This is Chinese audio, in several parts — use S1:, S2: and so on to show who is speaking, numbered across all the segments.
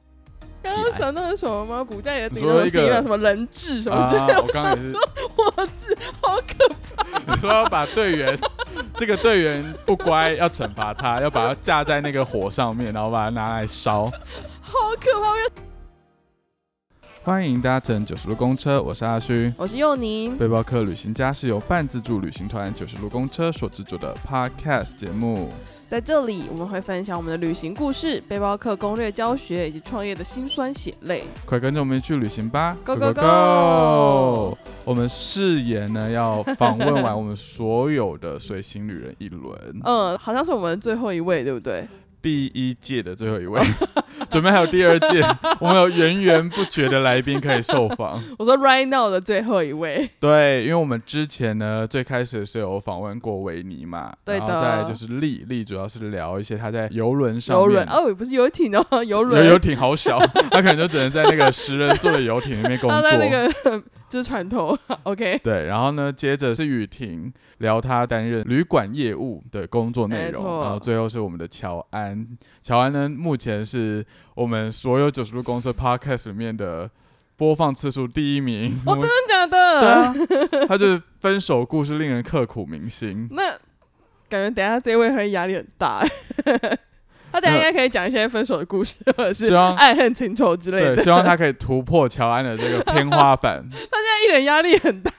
S1: 刚刚
S2: 来。
S1: 想到的什么吗？古代的
S2: 你
S1: 那
S2: 说
S1: 个
S2: 一
S1: 什么
S2: 个
S1: 什么人质什么之类
S2: 啊
S1: 的，，
S2: 我刚刚也是，
S1: 我质好可
S2: 你说要把队员，这个队员不乖，要惩罚他，要把他架在那个火上面，然后把它拿来烧。
S1: 好可怕！我要
S2: 欢迎搭乘九十路公车，我是阿虚。
S1: 我是佑宁，
S2: 背包客旅行家是由半自助旅行团九十路公车所制作的 Podcast 节目。
S1: 在这里我们会分享我们的旅行故事、背包客攻略教学以及创业的辛酸血泪。
S2: 快跟着我们一起旅行吧
S1: Go, go, go！
S2: 我们誓言呢要访问完我们所有的随行旅人一轮，
S1: 嗯，好像是我们最后一位，对不对？
S2: 第一届的最后一位， 准备还有第二届， 我们有源源不绝的来宾可以受访。
S1: 我说 right now 的最后一位，
S2: 对，因为我们之前呢最开始是有访问过维尼嘛，
S1: 对
S2: 然
S1: 的
S2: 后再来就是丽丽，主要是聊一些她在游轮上
S1: 游轮
S2: 面。
S1: 哦，也不是游艇哦， 游
S2: 游
S1: 轮，
S2: 游艇好小，她可能就只能在那个十人座的游艇里面工
S1: 他
S2: 作。
S1: 在那个就是船头 ，OK，
S2: 对，然后呢，接着是雨婷聊她担任旅馆业务的工作内
S1: 没
S2: 容，
S1: 错
S2: 然后最后是我们的乔安。乔安呢，目前是我们所有九十路公司 podcast 里面的播放次数第一名。
S1: 哦，
S2: 我
S1: 真的假
S2: 对
S1: 的？
S2: 啊，他的分手故事令人刻骨铭心。
S1: 那感觉等一下这位会压力很大。 他等一下应该可以讲一些分手的故事，或者是
S2: 希望
S1: 爱恨情仇之类的
S2: 啊对，。希望他可以突破乔安的这个天花板。
S1: 艺人压力很大。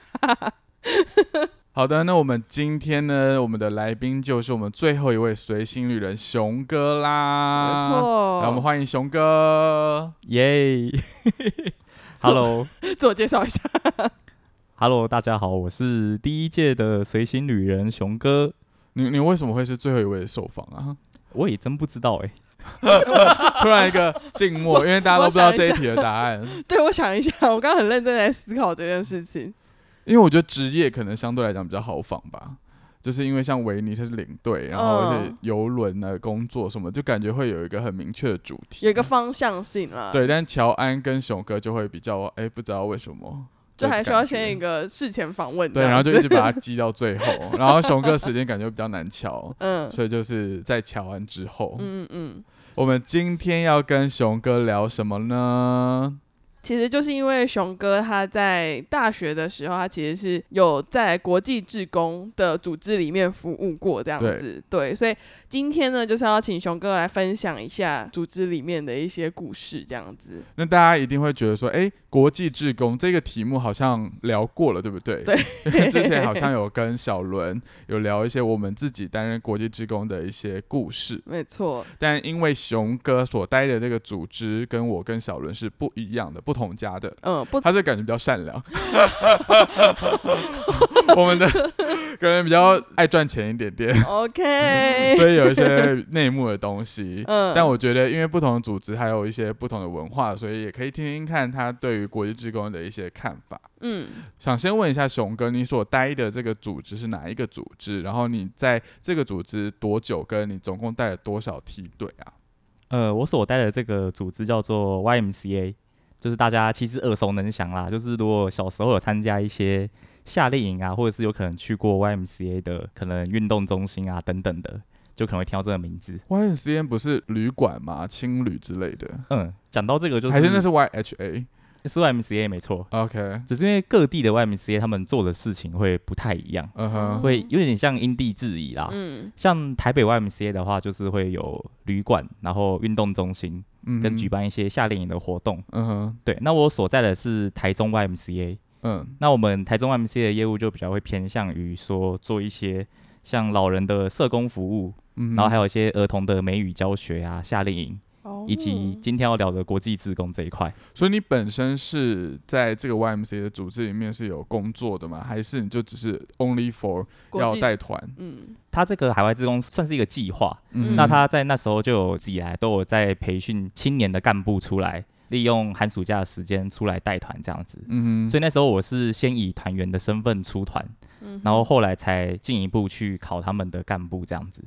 S2: 好的，那我们今天呢，我们的来宾就是我们最后一位随行旅人熊哥啦。
S1: 没错，
S2: 啊让我们欢迎熊哥。
S3: 耶 ！Hello，Hello，
S1: 自我介绍一下。
S3: 大家好，我是第一届的随行旅人熊哥。
S2: 你你为什么会是最后一位受访啊？
S3: 我也真不知道哎、
S2: 突然一个静默，因为大家都不知道这一题的答案。
S1: 对，我想一下，我刚刚很认真地在思考这件事情。
S2: 因为我觉得职业可能相对来讲比较好仿吧，就是因为像维尼他是领队，然后而且
S1: 嗯
S2: 游轮的工作什么，就感觉会有一个很明确的主题，
S1: 有一个方向性啦，，
S2: 对。但乔安跟熊哥就会比较哎、不知道为什么，
S1: 就还需要先一
S2: 一个
S1: 个事前访问这
S2: 对，然
S1: 样
S2: 后
S1: 子，
S2: 就一直把它积到最后，然后熊哥时间感觉比较难瞧。
S1: 嗯
S2: 所以就是在乔安之后，
S1: 嗯嗯嗯，
S2: 我们今天要跟熊哥聊什么呢？
S1: 其实就是因为熊哥他在大学的时候，他其实是有在国际志工的组织里面服务过这样子，对，所以今天呢，就是要请熊哥来分享一下组织里面的一些故事这样子，
S2: 那大家一定会觉得说，哎、国际志工这个题目好像聊过了，对不对？
S1: 对，
S2: 之前好像有跟小伦有聊一些我们自己担任国际志工的一些故 事，
S1: 没错，
S2: 但因为熊哥所待的这个组织跟我跟小伦是不一样的，不同家的。
S1: 嗯，不
S2: 他这感觉比较善良， 我们的 感觉比较爱赚钱一点点，
S1: ，OK，
S2: 所以有一些内幕的东西。
S1: 嗯，
S2: 但我觉得，因为不同的组织还有一些不同的文化，所以也可以听听看他对于国际职工的一些看法。
S1: 嗯。
S2: 想先问一下熊哥，你所待的这个组织是哪一个组织？然后你在这个组织多久？跟你总共带了多少梯队啊？
S3: 呃，我所带的这个组织叫做 YMCA，就是大家其实耳熟能详啦。就是如果小时候有参加一些夏令营啊，或者是有可能去过 YMCA 的可能运动中心啊等等的，就可能会听到这个名字。
S2: y m c n 不是旅馆吗？青旅之类的，
S3: 嗯，讲到这个就是
S2: 还是那是 YHA？OK，、
S3: 是 YMCA 没错，
S2: OK，
S3: 只是因为各地的 YMCA 他们做的事情会不太一样，
S2: 嗯
S1: 嗯
S2: 哼，
S3: 会有点像因地制宜
S2: 啊
S3: 啦。
S1: 嗯，
S3: 像台北 YMCA 的话，就是会有旅馆，然后运动中心
S2: 嗯哼
S3: 跟举，办一些夏令营的活动。
S2: 嗯哼，
S3: 对，那我所在的是台中 YMCA，
S2: 嗯
S3: 那我们台中 YMCA 的业务就比较会偏向于说做一些像老人的社工服务，
S2: 嗯哼，
S3: 然后还有一些儿童的美语教学啊、夏令营，
S1: 哦
S3: 以及今天要聊的国际志工这一块。
S2: 所以你本身是在这个 YMCA 的组织里面是有工作的吗？还是你就只是 only for
S1: 国
S2: 要
S1: 际，
S2: 带团？
S1: 嗯
S3: 他这个海外志工算是一个计划，
S1: 嗯
S3: 那他在那时候就有自己来都有在培训青年的干部出来，利用寒暑假的时间出来带团这样子。
S2: 嗯哼，
S3: 所以那时候我是先以团员的身份出团，
S1: 嗯，
S3: 然后后来才进一步去考他们的干部这样子。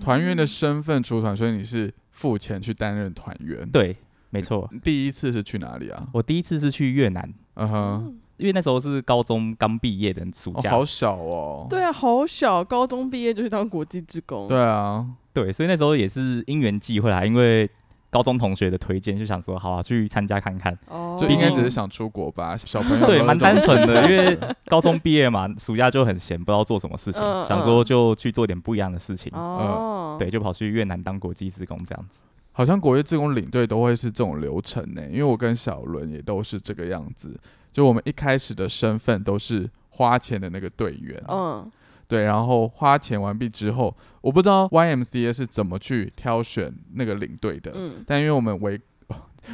S2: 团
S1: 嗯
S2: 员的身份出团，所以你是付钱去担任团员。，
S3: 对，没错。
S2: 第一次是去哪里啊？
S3: 我第一次是去越南，
S2: 嗯哼，
S1: 嗯
S3: 因为那时候是高中刚毕业的暑
S2: 哦，
S3: 假，
S2: 好小哦。
S1: 对啊，好小，高中毕业就去当国际职工，
S2: 对啊，
S3: 对，所以那时候也是因缘际会啦。因为高中同学的推荐，就想说好啊，去参加 看看。
S1: 哦，
S2: 就应该只是想出国吧，小朋友
S3: 对，蛮单纯 的，因为
S2: 嗯
S3: 高中毕业嘛，暑假就很闲，不知道做什么事情，
S1: 嗯
S3: 想说就去做点不一样的事情。
S2: 呃
S1: 哦，
S3: 对，就跑去越南当国际职工这样 子。
S2: 好像国乐志工领队都会是这种流程呢、因为我跟小伦也都是这个样子，就我们一开始的身份都是花钱的那个队员，
S1: 嗯，
S2: 对，然后花钱完毕之后，我不知道 YMCA 是怎么去挑选那个领队的，
S1: 嗯
S2: 但因为我 们为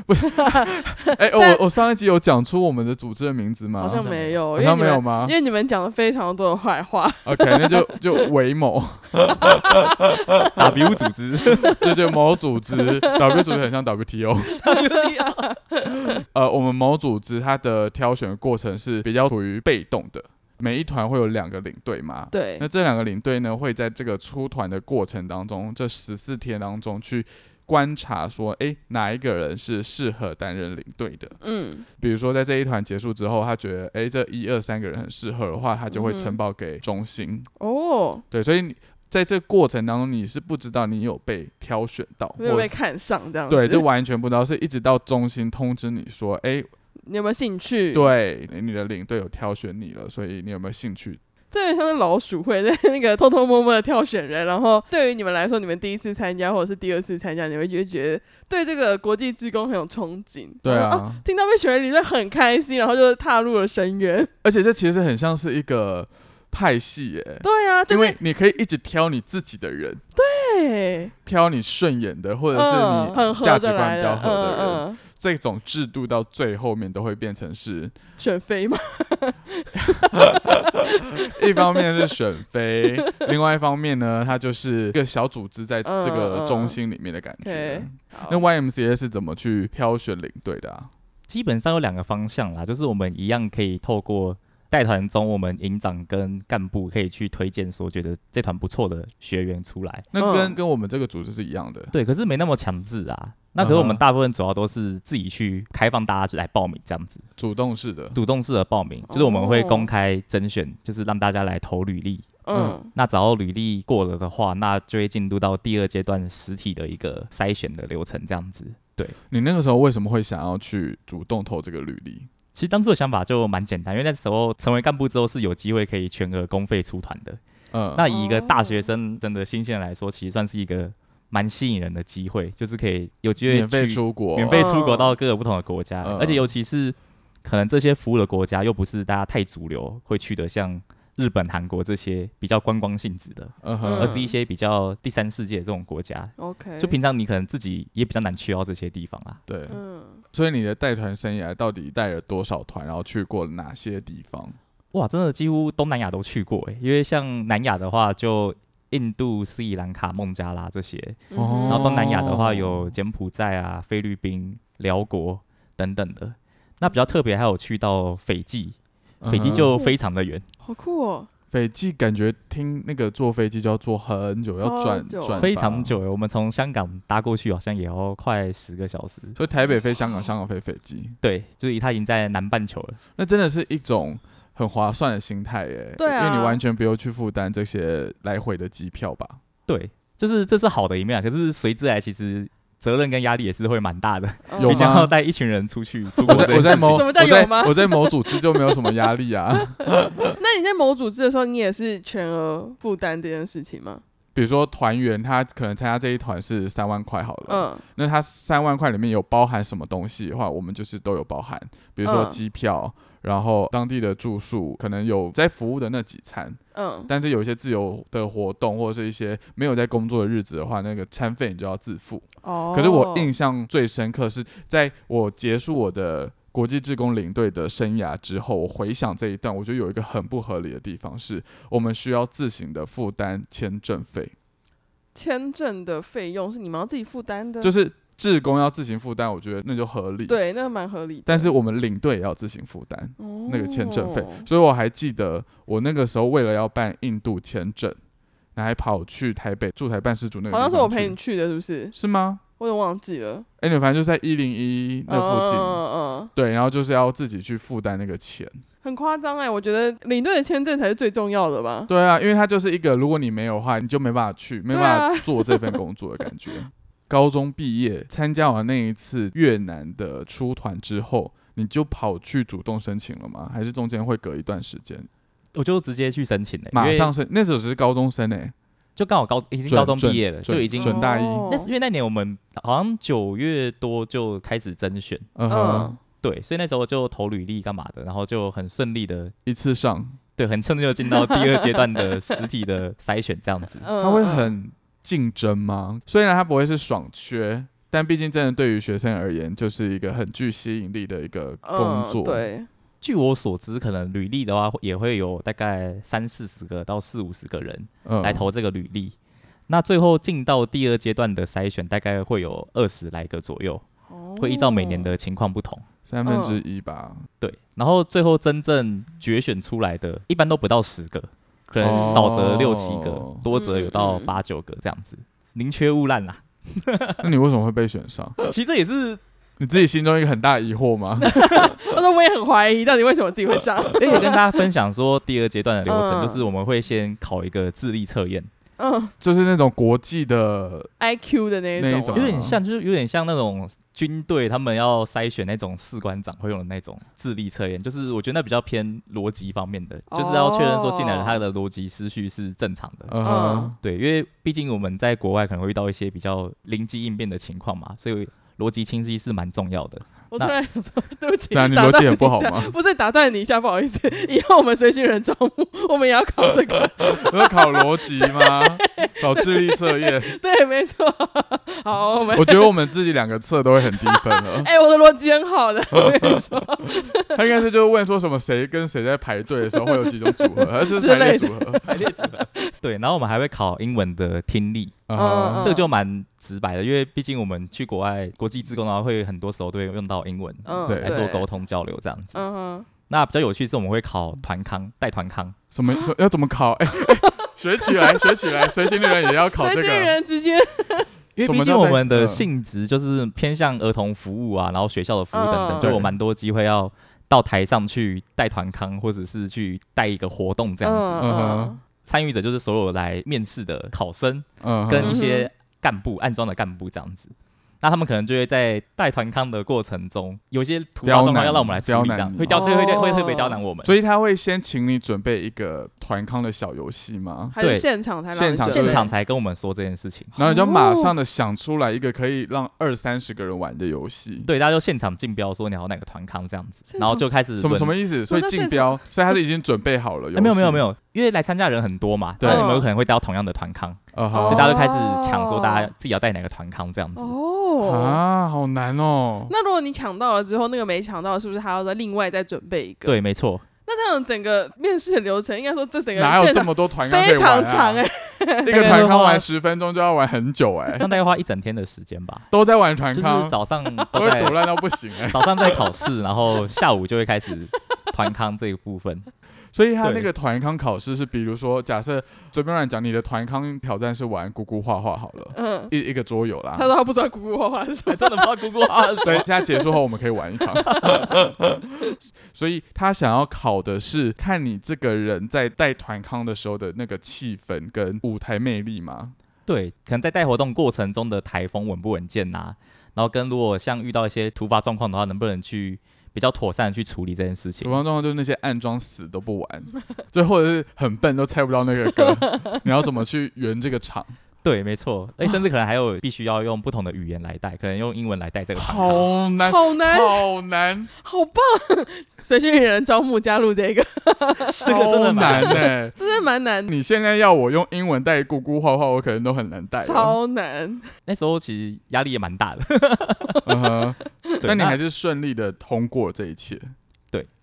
S2: 不是，哎、我我上一集有讲出我们的组织的名字吗？
S1: 好像没有，
S2: 啊好
S1: 因为
S2: 像
S1: 你
S2: 没
S1: 们
S2: 有吗
S1: 因为你们讲了非常多的坏话，
S2: ？OK，那就就为某，
S3: W 组织，
S2: 对对，某 组织 W 组织很像 WTO。呃，我们某组织它的挑选过程是比较属于被动的，每一团会有两个领队嘛。
S1: 对
S2: 那，这两个领队呢，会在这个出团的过程当中，这十四天当中去观察说，诶，哪一个人是适合担任领队的。
S1: 嗯，
S2: 比如说在这一团结束之后，他觉得，诶，这一二三个人很适合的话，他就会
S1: 嗯哼
S2: 呈报给中心。
S1: 哦，
S2: 对，所以你在这个过程当中，你是不知道你有被挑选到，
S1: 没有
S2: 或
S1: 被看上这样子，
S2: 对，这完全不知道，是一直到中心通知你说，哎、
S1: 你有没有兴趣？，
S2: 对，你的领队有挑选你了，所以你有没有兴趣？
S1: 这有点像是老鼠会在那个偷偷摸摸的挑选人，然后对于你们来说，你们第一次参加或者是第二次参加，你会觉得觉得对这个国际职工很有憧憬，
S2: 对
S1: 然后，哦
S2: 啊，
S1: 听到被选为领队很开心，然后就踏入了深 渊。
S2: 而且这其实很像是一个派系耶、
S1: 对啊，就
S2: 因
S1: 是
S2: 为你可以一直挑你自己的人，
S1: 对，
S2: 挑你顺眼的，或者
S1: 哎嗯，
S2: 是
S1: 很
S2: 你
S1: 合
S2: 价值
S1: 得
S2: 观
S1: 来
S2: 比较
S1: 的，
S2: 合的人，
S1: 嗯嗯，
S2: 这种制度到最后面都会变成是
S1: 选妃嘛，
S2: 一方面是选妃，另外一方面呢，它就是一个小组织在这个中心里面的感觉。
S1: 嗯
S2: 那 YMCA 是怎么去挑选领队的啊？
S3: 基本上有两个方向啦，就是我们一样可以透过带团中，我们营长跟干部可以去推荐说觉得这团不错的学员出来。
S2: 那跟、
S1: 嗯
S2: 跟我们这个组织是一样的。
S3: 对，可是没那么强制啊。那可是我
S2: 嗯
S3: 们
S2: 哼
S3: 大部分主要都是自己去开放大家来报名这样子，
S2: 主动式的，
S3: 主动式的报名，就是我们会
S1: 哦
S3: 公开甄选，就是让大家来投履历。
S1: 嗯，
S3: 那只要履历过了的话，那就会进入到第二阶段实体的一个筛选的流程这样子。
S2: 你那个时候为什么会想要去主动投这个履历？
S3: 其实当初的想法就蛮简单，因为那时候成为干部之后是有机会可以全额公费出团的。
S2: 嗯，
S3: 那以一个
S1: 哦
S3: 大学生真的新鲜人来说，其实算是一个蛮吸引人的机会，就是可以有机会
S2: 免费
S3: 去
S2: 出国，
S3: 免费出国到各个不同的国家，
S2: 嗯
S3: 而且尤其是可能这些服务的国家又不是大家太主流会去的，像日本、韩国这些比较观光性质的，
S2: 嗯
S3: 而
S2: 哼，
S3: 是一些比较第三世界这种国家，
S1: ，OK，
S3: 就平常你可能自己也比较难去到这些地方啊啦。
S2: 对。
S1: 嗯，
S2: 所以你的带团生涯到底带了多少团，然后去过哪些地方？
S3: 哇，真的几乎东南亚都去过诶、欸因为像南亚的话就。印度、斯里兰卡、孟加拉这些，
S1: 嗯
S2: 哦
S1: 哼
S3: 然后东南亚的
S2: 哦
S3: 话有柬埔寨啊、菲律宾、辽国等等的。那比较特别，还有去到斐济，斐济
S2: 嗯哼
S3: 就非常的远，
S1: 好酷哦，
S2: 斐济感觉听那个坐飞机就要坐很久，要
S1: 超
S2: 转
S1: 久
S2: 转
S3: 非
S2: 吧
S3: 常。久耶。我们从香港搭过去，好像也要快十个小时。
S2: 所以台北飞香港，香港飞斐济，
S3: 对，就是它已经在南半球了。
S2: 那真的是一种很划算的心态耶。
S1: 对啊
S2: 因为你完全不用去负担这些来回的机票吧。
S3: 对，就是这是好的一面啊。可是随之来，其实责任跟压力也是会蛮大的。
S1: 嗯
S2: 有
S3: 你想
S2: 吗
S3: 要带一群人 出去出
S2: 我
S3: 国
S2: 在
S3: 这件事情，
S2: 我在某
S1: 什么
S2: 我
S1: 叫有
S2: 在
S1: 吗
S2: 我在某组织就没有什么压力啊。
S1: 那你在某组织的时候，你也是全额负担这件事情吗？
S2: 比如说团员他可能参加这一团是三万块好了，
S1: 嗯，
S2: 那他三万块里面有包含什么东西的话，我们就是都有包含，比如说
S1: 嗯
S2: 机票。然后当地的住宿可能有在服务的那几餐，
S1: 嗯，
S2: 但是有一些自由的活动或者是一些没有在工作的日子的话，那个餐费你就要自付。
S1: 哦，
S2: 可是我印象最深刻是在我结束我的国际志工领队的生涯之后，我回想这一段，我觉得有一个很不合理的地方是，我们需要自行的负担签证费，
S1: 签证的费用是你们要自己负担的，
S2: 就是是志工要自行负担，我觉得那就合理。，
S1: 对，那蛮合理的。哦
S2: 但是我们领队也要自行负担那
S1: 那
S2: 个签证费，所以我还记得我那个时候为了要办印度签证，然后还跑去台北驻台办事处那个，
S1: 好像是我陪你，去的，是不是？
S2: 是吗？
S1: 我有点忘记了。
S2: 哎、你反正就在一零一那附近。
S1: 嗯嗯嗯，
S2: 对，然后就是要自己去负担那个钱。
S1: 很夸张哎，我觉得领队的签证才是最重要的吧。
S2: 对啊，因为它就是一个，如果你没有的话，你就没办法去，没
S1: 对
S2: 办
S1: 啊
S2: 法做这份工作的感觉。 高中毕业参加完那一次越南的出团之后，你就跑去主动申请了吗？还是中间会隔一段时间？
S3: 我就直接去申请了、
S2: 马
S3: 因为
S2: 上申，那时候只是高中生哎、
S3: 就刚好高已经
S2: 准
S3: 高中
S2: 准
S3: 毕业了，
S2: 准
S3: 就已经
S2: 准大一
S1: 哦
S3: 那是因为那年我们好像九月多就开始甄选，
S2: 嗯哼
S1: 嗯，
S3: 对，所以那时候就投履历干嘛的，然后就很顺利的，
S2: 一次上，
S3: 对，很顺利就进到第二阶段 的实体的筛选这样子。
S1: 嗯
S2: 他会
S1: 嗯
S2: 很竞争吗？虽然他不会是爽缺，但毕竟真的对于学生而言，就是一个很具吸引力的一个工
S1: 嗯
S2: 作。，
S1: 对，
S3: 据我所知，可能履历的话也会有大概三四十个到四五十个人
S2: 嗯
S3: 来投这个履历。那最后进到第二阶段的筛选，大概会有二十来个左右，会依照每年
S1: 哦
S3: 的情况不同。
S2: 三分之一吧。
S3: 对，然后最后真正决选出来的，一般都不到十个，可能
S2: 哦
S3: 少则六七个，多则有到
S1: 嗯嗯嗯
S3: 八九个这样子，宁缺毋滥啦。
S2: 那你为什么会被选上？
S3: 其实这也是，
S2: 你自己心中一个很大的疑惑吗？
S1: 他说我也很怀疑，到底为什么自己会 上？
S3: 而且跟大家分享说，第二阶段的流程
S1: 嗯
S3: 就是我们会先考一个智力测验，
S1: 嗯
S2: 就是那种国际的，
S1: ，IQ 的那一
S2: 那
S1: 种
S2: 一
S1: 啊，
S2: 种
S3: 有点像，就是有点像那种军队他们要筛选那种士官长会用的那种智力测验，就是我觉得那比较偏逻辑方面的，就是要确认说进来的他的逻辑思绪是正常的。
S2: 嗯哼，
S3: 对，因为毕竟我们在国外可能会遇到一些比较灵机应变的情况嘛，所以逻辑清晰是蛮重要的。
S1: 我
S3: 那
S1: 突然想说，对不起，
S2: 对
S1: 打
S2: 啊你
S1: 断
S2: 逻辑
S1: 你
S2: 很不好
S1: 一下
S2: 吗
S1: 不是打断你一下，不好意思， 以后我们随行人招募，我们也要考这 个。
S2: 不是考逻辑吗？考智力测验，
S1: 对，没错。 好，我们
S2: 我觉得我们自己两个测都会很低分了。
S1: 哎、我的逻辑很 好的，我跟你说，
S2: 他应该是就是问说什么谁跟谁在排队的时候会有几种组合，他就是排列组合。
S3: 排列组合。对，然后我们还会考英文的听力，
S2: 嗯
S1: 嗯
S2: 哼
S3: 这个就蛮直白的，因为毕竟我们去国外国际职工的话，会很多时候都会用到英文
S1: 嗯，
S2: 对
S3: 来做沟
S1: 通，
S3: 通交流这样子。
S1: 嗯哼，
S3: 那比较有趣的是我们会考团康，带团康。
S2: 什么什要怎么考？ 哎、哎学起来，学起来，随行的人也要考
S1: 所以
S2: 这
S1: 这个
S2: 个。
S1: 人直接，嗯
S3: 因为
S2: 怎么
S3: 毕竟
S2: 叫
S3: 我
S2: 带
S3: 们的
S2: 嗯
S3: 性质就是偏向儿童服务啊，然后学校的服务等等，
S1: 嗯
S3: 就有
S2: 对
S3: 蛮多机会要到台上去带团康，或者是去带一个活动这样子。
S1: 嗯
S2: 嗯
S1: 嗯
S2: 哼
S3: 参与者就是所有来面试的考生
S2: 嗯哼，
S3: 跟一
S1: 嗯
S3: 些干部、暗装的干部这样子。那他们可能就会在带团康的过程中，有一些突发
S2: 刁
S3: 状况
S2: 难
S3: 要让我们来
S2: 刁
S3: 处理，这
S2: 难
S3: 样
S2: 你
S3: 会刁对会对会特
S1: 哦
S3: 别刁难我们。
S2: 所以他会先请你准备一个团康的小游戏吗？
S1: 还是
S3: 对
S1: 现场才让
S2: 现
S1: 你
S2: 场
S1: 准
S3: 现
S1: 备
S3: 场才跟我们说这件事情。
S2: 然后你就马上的想出来一个可以让二三十个人玩的游戏。
S3: 对，大家就现场竞标说你要哪个团康这样子，
S1: 现
S3: 然后
S1: 场
S3: 就开始
S2: 什么
S3: 轮
S2: 什么意思？所以
S1: 那
S2: 竞
S1: 现
S2: 标，所以他是已经准备好了游戏、
S3: 哎，没有没有没
S2: 有，
S3: 有，因为来参加的人很多嘛，
S2: 对
S3: 对，你们有可能会带到同样的团康，
S2: 啊
S3: 所以
S2: 哈
S3: 大家就开始抢说大家自己要带哪个团康这样子。
S1: 哦。
S2: 啊，好难哦。
S1: 那如果你抢到了之后，那个没抢到，是不是还要再另外再准备一个？，
S3: 对，没错，
S1: 那这样整个面试的流程，应该说这整个
S2: 哪有
S1: 现
S2: 这
S1: 场
S2: 么多团康可
S1: 非
S2: 以玩、啊？
S1: 常长哎、
S2: 一 个团康玩十分钟就要玩很久哎、
S3: 这样大概花一整天的时间吧，
S2: 都在玩团
S3: 就是
S2: 康，
S3: 早上
S2: 都
S3: 都
S2: 会
S3: 在
S2: 躲烂到不行哎、
S3: 早上在考试，然后下午就会开始团康这一部分。
S2: 所以他那
S3: 对
S2: 个团康考试是，比如说，假设随便乱讲，你的团康挑战是玩咕咕画画好了，
S1: 嗯，
S2: 一一个桌游啦
S1: 他。说他不知道咕咕画画是 什么。
S3: 真的不知道姑姑啊，
S2: 所以大家结束后，我们可以玩一场。 所以他想要考的是看你这个人在带团康的时候的那个气氛跟舞台魅力嘛。
S3: 对，可能在带活动过程中的台风稳不稳健呐、然后跟如果像遇到一些突发状况的话，能不能去比较妥善地去处理这件事
S2: 主
S3: 情。
S2: 方状况就是那些暗装死都不玩，最后是很笨都猜不到那个歌，你要怎么去圆这个场？
S3: 对，没错，哎，甚至可能还有必须要用不同的语言来带，可能用英文来带这个团康。
S2: 好难，
S1: 好难，
S2: 好难，
S1: 好棒！随性人招募加入这个，
S3: 这个真
S2: 超
S3: 的欸
S2: 难
S3: 蛮
S2: 哎、
S1: 真的蛮难，
S2: 你现在要我用英文带姑姑画画，我可能都很难带了。
S1: 超难。
S3: 那时候其实压力也蛮大的。
S2: 嗯哼，
S3: 对
S2: 但你还是顺利的通过这一切，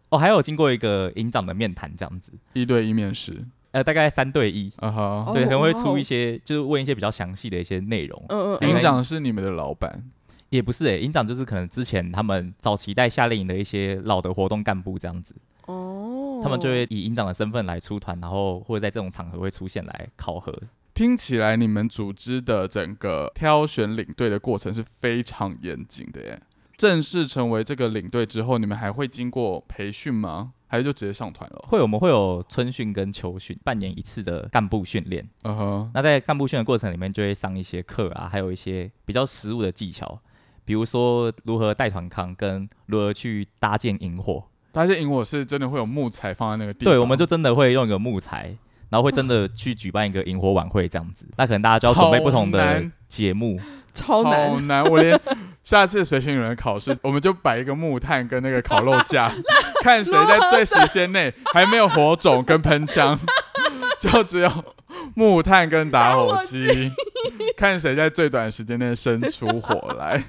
S3: 哦，还有经过一个营长的面谈这样子，
S2: 一对一面试。
S3: 呃，大概三对一，
S2: 嗯
S1: 哦
S2: 哼，
S3: 对，可能会出
S1: 哇哦
S3: 一些就是问一些比较详细的一些内容。
S1: 嗯嗯
S3: 因
S1: 嗯
S3: 为
S2: 营长是你们的老板，
S3: 也不是诶、营长就是可能之前他们早期带夏令营的一些老的活动干部这样子，
S1: 哦，
S3: 他们就会以营长的身份来出团，然后或者在这种场合会出现来考核。
S2: 听起来你们组织的整个挑选领队的过程是非常严谨的耶。正式成为这个领队之后，你们还会经过培训吗？还是就直接上团了？
S3: 会我们会有春训跟秋训，半年一次的干部训练。
S2: 嗯哼，
S3: 那在干部训的过程里面，就会上一些课啊，还有一些比较实务的技巧，比如说如何带团康，跟如何去搭建营火。
S2: 但是萤火是真的会有木材放在那个地方，
S3: 对，我们就真的会用一个木材，然后会真的去举办一个萤火晚会这样子。那可能大家就要准备不同
S2: 好
S3: 的
S2: 难
S3: 节目，
S1: 超
S2: 好
S1: 难，
S2: 难，我连下次随行人考试，我们就摆一个木炭跟那个烤肉 架，看谁在最时间内还没有火种跟喷枪，就只有木炭跟打火机，看谁在最短时间内生出火来。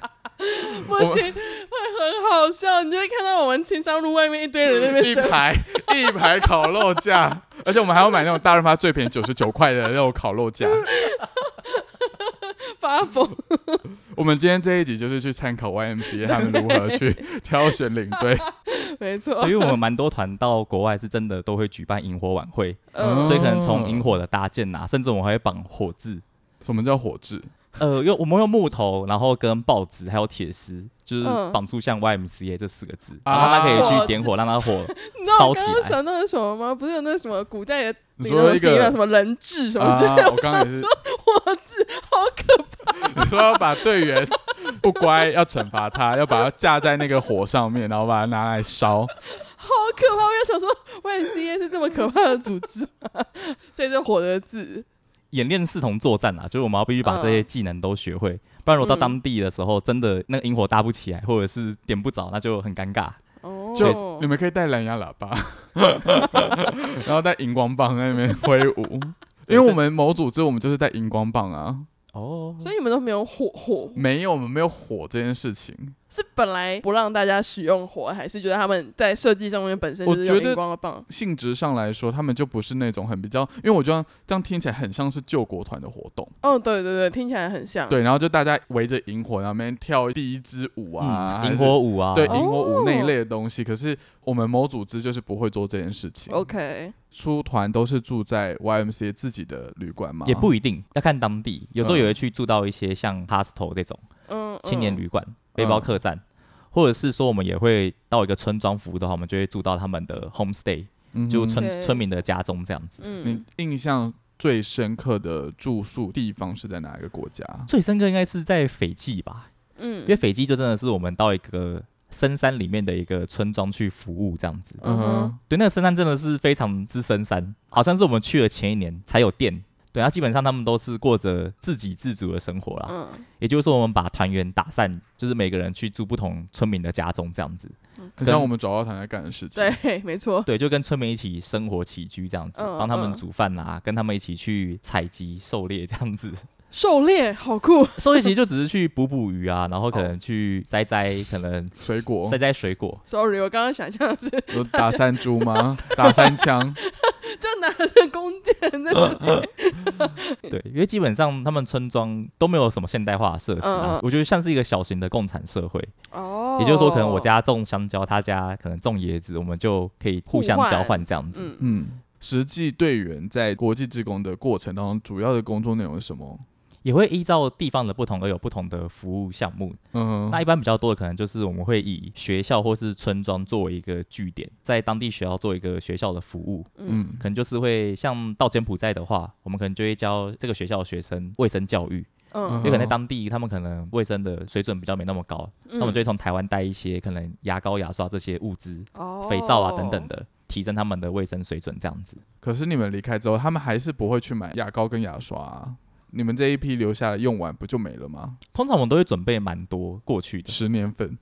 S1: 不
S2: 我们
S1: 行，会很好笑。你就会看到我们青山路外面一堆人在那边
S2: 一
S1: 生
S2: 排一排烤肉架，而且我们还要买那种大润发最便宜九十九块的那种烤肉架。
S1: 发疯，
S2: 我们今天这一集就是去参考 YMCA 他们如何去挑选领队，
S1: 没错
S2: 哎
S3: 对，因为我们蛮多团到国外是真的都会举办萤火晚会，
S1: 嗯，
S3: 所以可能从萤火的搭建啊，甚至我们还会绑火字，
S2: 嗯什么叫火炙？
S3: 呃，用我们用木头，然后跟报纸还有铁丝，就是
S1: 嗯
S3: 绑出像 YMCA 这四个字，
S2: 啊
S3: 然后它可以
S1: 火
S3: 去点火，让它火
S1: 你知道我
S3: 烧
S1: 刚
S3: 起
S1: 刚
S3: 来
S1: 想到的什么吗？不是有那什么古代的那
S2: 你说
S1: 种
S2: 一
S1: 戏嘛，
S2: 个
S1: 什么人质什么之
S2: 啊
S1: 类，的，
S2: 我刚刚也是，
S1: 我质好可
S2: 你说要把队员不乖要惩罚他，要把他架在那个火上面，然后把它拿来
S1: 哦
S2: 烧。
S1: 好可怕！我也想说，YMCA 是这么可怕的组织吗，所以这火的字，
S3: 演练视同作战啊，就是我们要必须把这些技能都学会，不然我到
S1: 嗯
S3: 当地的时候，真的那个萤火搭不起来，或者是点不着，那就很尴尬。
S1: 哦，
S2: 就你们可以带蓝牙喇叭， 然后带荧光棒在那边挥舞。因为我们某组织，我们就是带荧光棒啊，
S3: 哦，
S1: 嗯所以你们都没有火火，
S2: 没有我们没有火这件事情。
S1: 是本来不让大家使用火，还是觉得他们在设计上面本身
S2: 我
S1: 就是用
S2: 觉得
S1: 荧光棒？
S2: 性质上来说，他们就不是那种很比较，因为我觉得这样听起来很像是救国团的活
S3: 嗯
S2: 动，
S1: 哦，对对对，听起来很像。
S2: 对，然后就大家围着萤火，然后那边跳第一支舞啊，
S3: 嗯，
S2: 还
S3: 萤
S2: 是
S3: 火舞啊，
S2: 对
S1: 哦
S2: 萤火舞那一类的东西。可是我们某组织就是不会做这件事情。
S1: ，OK，
S2: 出团都是住在 YMCA 自己的旅馆吗？
S3: 也不一定要看当地，有时候
S2: 嗯
S3: 也会去住到一些像 hostel 这种
S1: 嗯，
S3: 青年
S1: 嗯
S3: 旅馆、背包客栈，或者是说我们也会到一个村庄服务的话，我们就会住到他们的 homestay，
S2: 嗯哼，
S3: 就村
S1: OK
S3: 村民的家中这样子。
S2: 你
S1: 嗯，
S2: 印象最深刻的住宿地方是在哪一个国家？
S3: 最深刻应该是在斐济吧，因为
S1: 嗯，
S3: 斐济就真的是我们到一个深山里面的一个村庄去服务这样子。
S1: 嗯哼，
S3: 对，那个深山真的是非常之深山，好像是我们去了前一年才有电。对，那基本上他们都是过着自给自足的生活啦。
S1: 嗯
S3: 也就是说，我们把团员打散，就是每个人去住不同村民的家中这样子。
S2: 很像我们爪哇团在干的事情。
S1: 对， 没错，
S3: 对，就跟村民一起生活起居这样子，
S1: 嗯
S3: 帮他们
S1: 嗯
S3: 煮饭啊，跟他们一起去采集、狩猎这样子。
S1: 狩猎好酷，
S3: 狩猎其实就只是去捕捕鱼啊，然后可
S1: 哦
S3: 能去摘摘，可能
S2: 水果
S3: 摘摘水果。
S1: Sorry，我刚刚想象的是，
S2: 有打山猪吗？打三枪？
S1: 就拿着弓 箭那种，
S3: 对，因为基本上他们村庄都没有什么现代化的设施啊
S1: 嗯嗯，
S3: 我觉得像是一个小型的共产社会。
S1: 哦，
S3: 也就是说，可能我，家种香蕉，他家可能种椰子，我们就可以互相
S1: 互换
S3: 交换这样子。
S1: 嗯，
S2: 嗯，实际队员在国际职工的过程当中，主要的工作内容是什么？
S3: 也会依照地方的不同而有不同的服务项目。
S2: 嗯
S3: 那
S2: 哼，
S3: 一般比较多的可能就是我们会以学校或是村庄作为一个据点，在当地学校做一个学校的服务，
S1: 嗯，
S2: 嗯
S3: 可能就是会像到柬埔寨的话，我们可能就会教这个学校的学生卫生教育，
S1: 嗯
S3: 因
S2: 嗯
S3: 为可能在当地他们可能卫生的水准比较没那么高，
S1: 嗯
S3: 那我们就会从台湾带一些可能牙膏、牙刷这些物资、
S1: 哦
S3: 肥皂啊等等的，提升他们的卫生水准这样子。
S2: 可是你们离开之后，他们还是不会去买牙膏跟牙刷、啊。你们这一批留下来用完不就没了吗？
S3: 通常我们都会准备蛮多过去
S1: 嗯
S3: 的，
S2: 十年粉，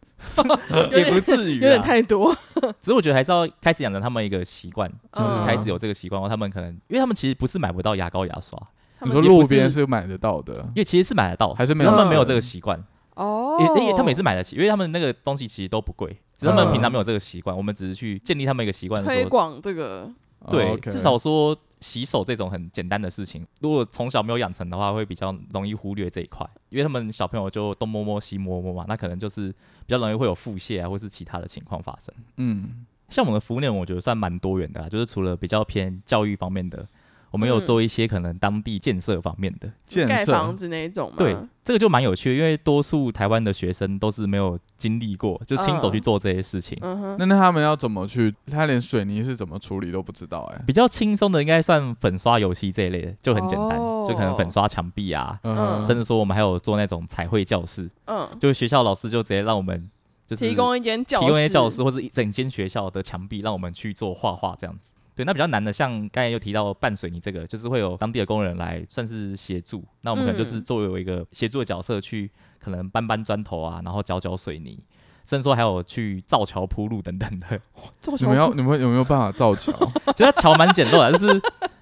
S1: 有
S3: 也
S1: 点
S3: 不至于、啊，
S1: 有点太多，
S3: 只是我觉得还是要开始养成他们一个习惯，就是
S1: 嗯
S3: 开始有这个习惯后，他们可能因为他们其实不是买不到牙膏牙刷，
S1: 他
S2: 你
S1: 们
S2: 说
S3: 也
S2: 路
S3: 不是
S2: 边是买得到的
S3: 因，为其实是买得到，
S2: 还是没
S3: 只他
S1: 有
S3: 们没有
S2: 钱
S3: 这个习惯，
S1: 哦，
S3: 也也他们也是买得起，因为他们那个东西其实都不贵，只是他们平常没有这个习
S2: 嗯
S3: 惯，我们只是去建立他们一个习惯
S1: 推
S3: 说，
S1: 广这个，
S2: 哦
S3: 对，
S2: ，OK
S3: 至少说洗手这种很简单的事情，如果从小没有养成的话，会比较容易忽略这一块，因为他们小朋友就东摸摸西摸摸嘛，那可能就是比较容易会有腹泻啊，或是其他的情况发生。
S2: 嗯，
S3: 像我们的服务内容，我觉得算蛮多元的啦，就是除了比较偏教育方面的，我们有
S1: 嗯
S3: 做一些可能当地建设方面的。
S2: 建
S1: 盖
S2: 设
S1: 房子那一种嘛。
S3: 对，这个就蛮有趣的，因为多数台湾的学生都是没有经历过，就亲手去
S1: 嗯
S3: 做这些事情。
S1: 嗯哼，
S2: 那那他们要怎么去？他连水泥是怎么处理都不知道哎、
S3: 比较轻松的应该算粉刷油漆这一类的，就很简单，
S1: 哦
S3: 就可能粉刷墙壁啊，
S1: 嗯
S3: 甚至说我们还有做那种彩绘教室，
S1: 嗯，
S3: 就是学校老师就直接让我们就是
S1: 提供一间教
S3: 提供一些教室，或者一整间学校的墙壁，让我们去做画画这样子。对，那比较难的，像刚才又提到拌水泥这个，就是会有当地的工人来算是协助，那我们可能就是
S1: 嗯
S3: 作为一个协助的角色去，可能搬搬砖头啊，然后搅搅水泥，甚至说还有去造桥铺路等等的。
S1: 做
S2: 你
S1: 什
S2: 们要
S1: 么？
S2: 你们有没有办法造桥？
S3: 其实它桥蛮简陋的，就是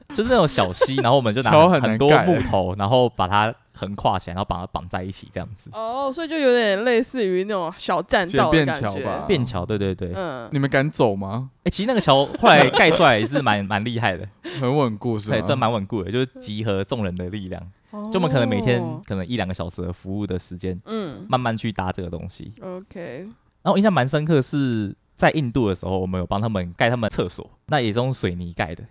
S3: 就是那种小溪，然后我们就拿
S2: 桥很
S3: 很
S2: 难
S3: 多
S2: 盖
S3: 木头，然后把它横跨起来，然后把它绑在一起这样子。
S1: 哦，所以就有点类似于那种小栈道的
S2: 简便
S1: 感
S2: 桥吧
S1: 觉。
S3: 便桥，对对对，哎、
S1: 嗯，
S2: 你们敢走吗？
S3: 其实那个桥后来盖出来也是蛮蛮厉害的，
S2: 很稳固是
S3: 对，这
S2: 吗？
S3: 蛮稳固的，就是集合众人的力量，就我们可能每天
S1: 嗯哦
S3: 可能一两个小时的服务的时间，
S1: 嗯
S3: 慢慢去搭这个东西。
S1: ，OK，
S3: 然后我印象蛮深刻的是在印度的时候，我们有帮他们盖他们厕所，那也是用水泥盖的。
S1: 嗯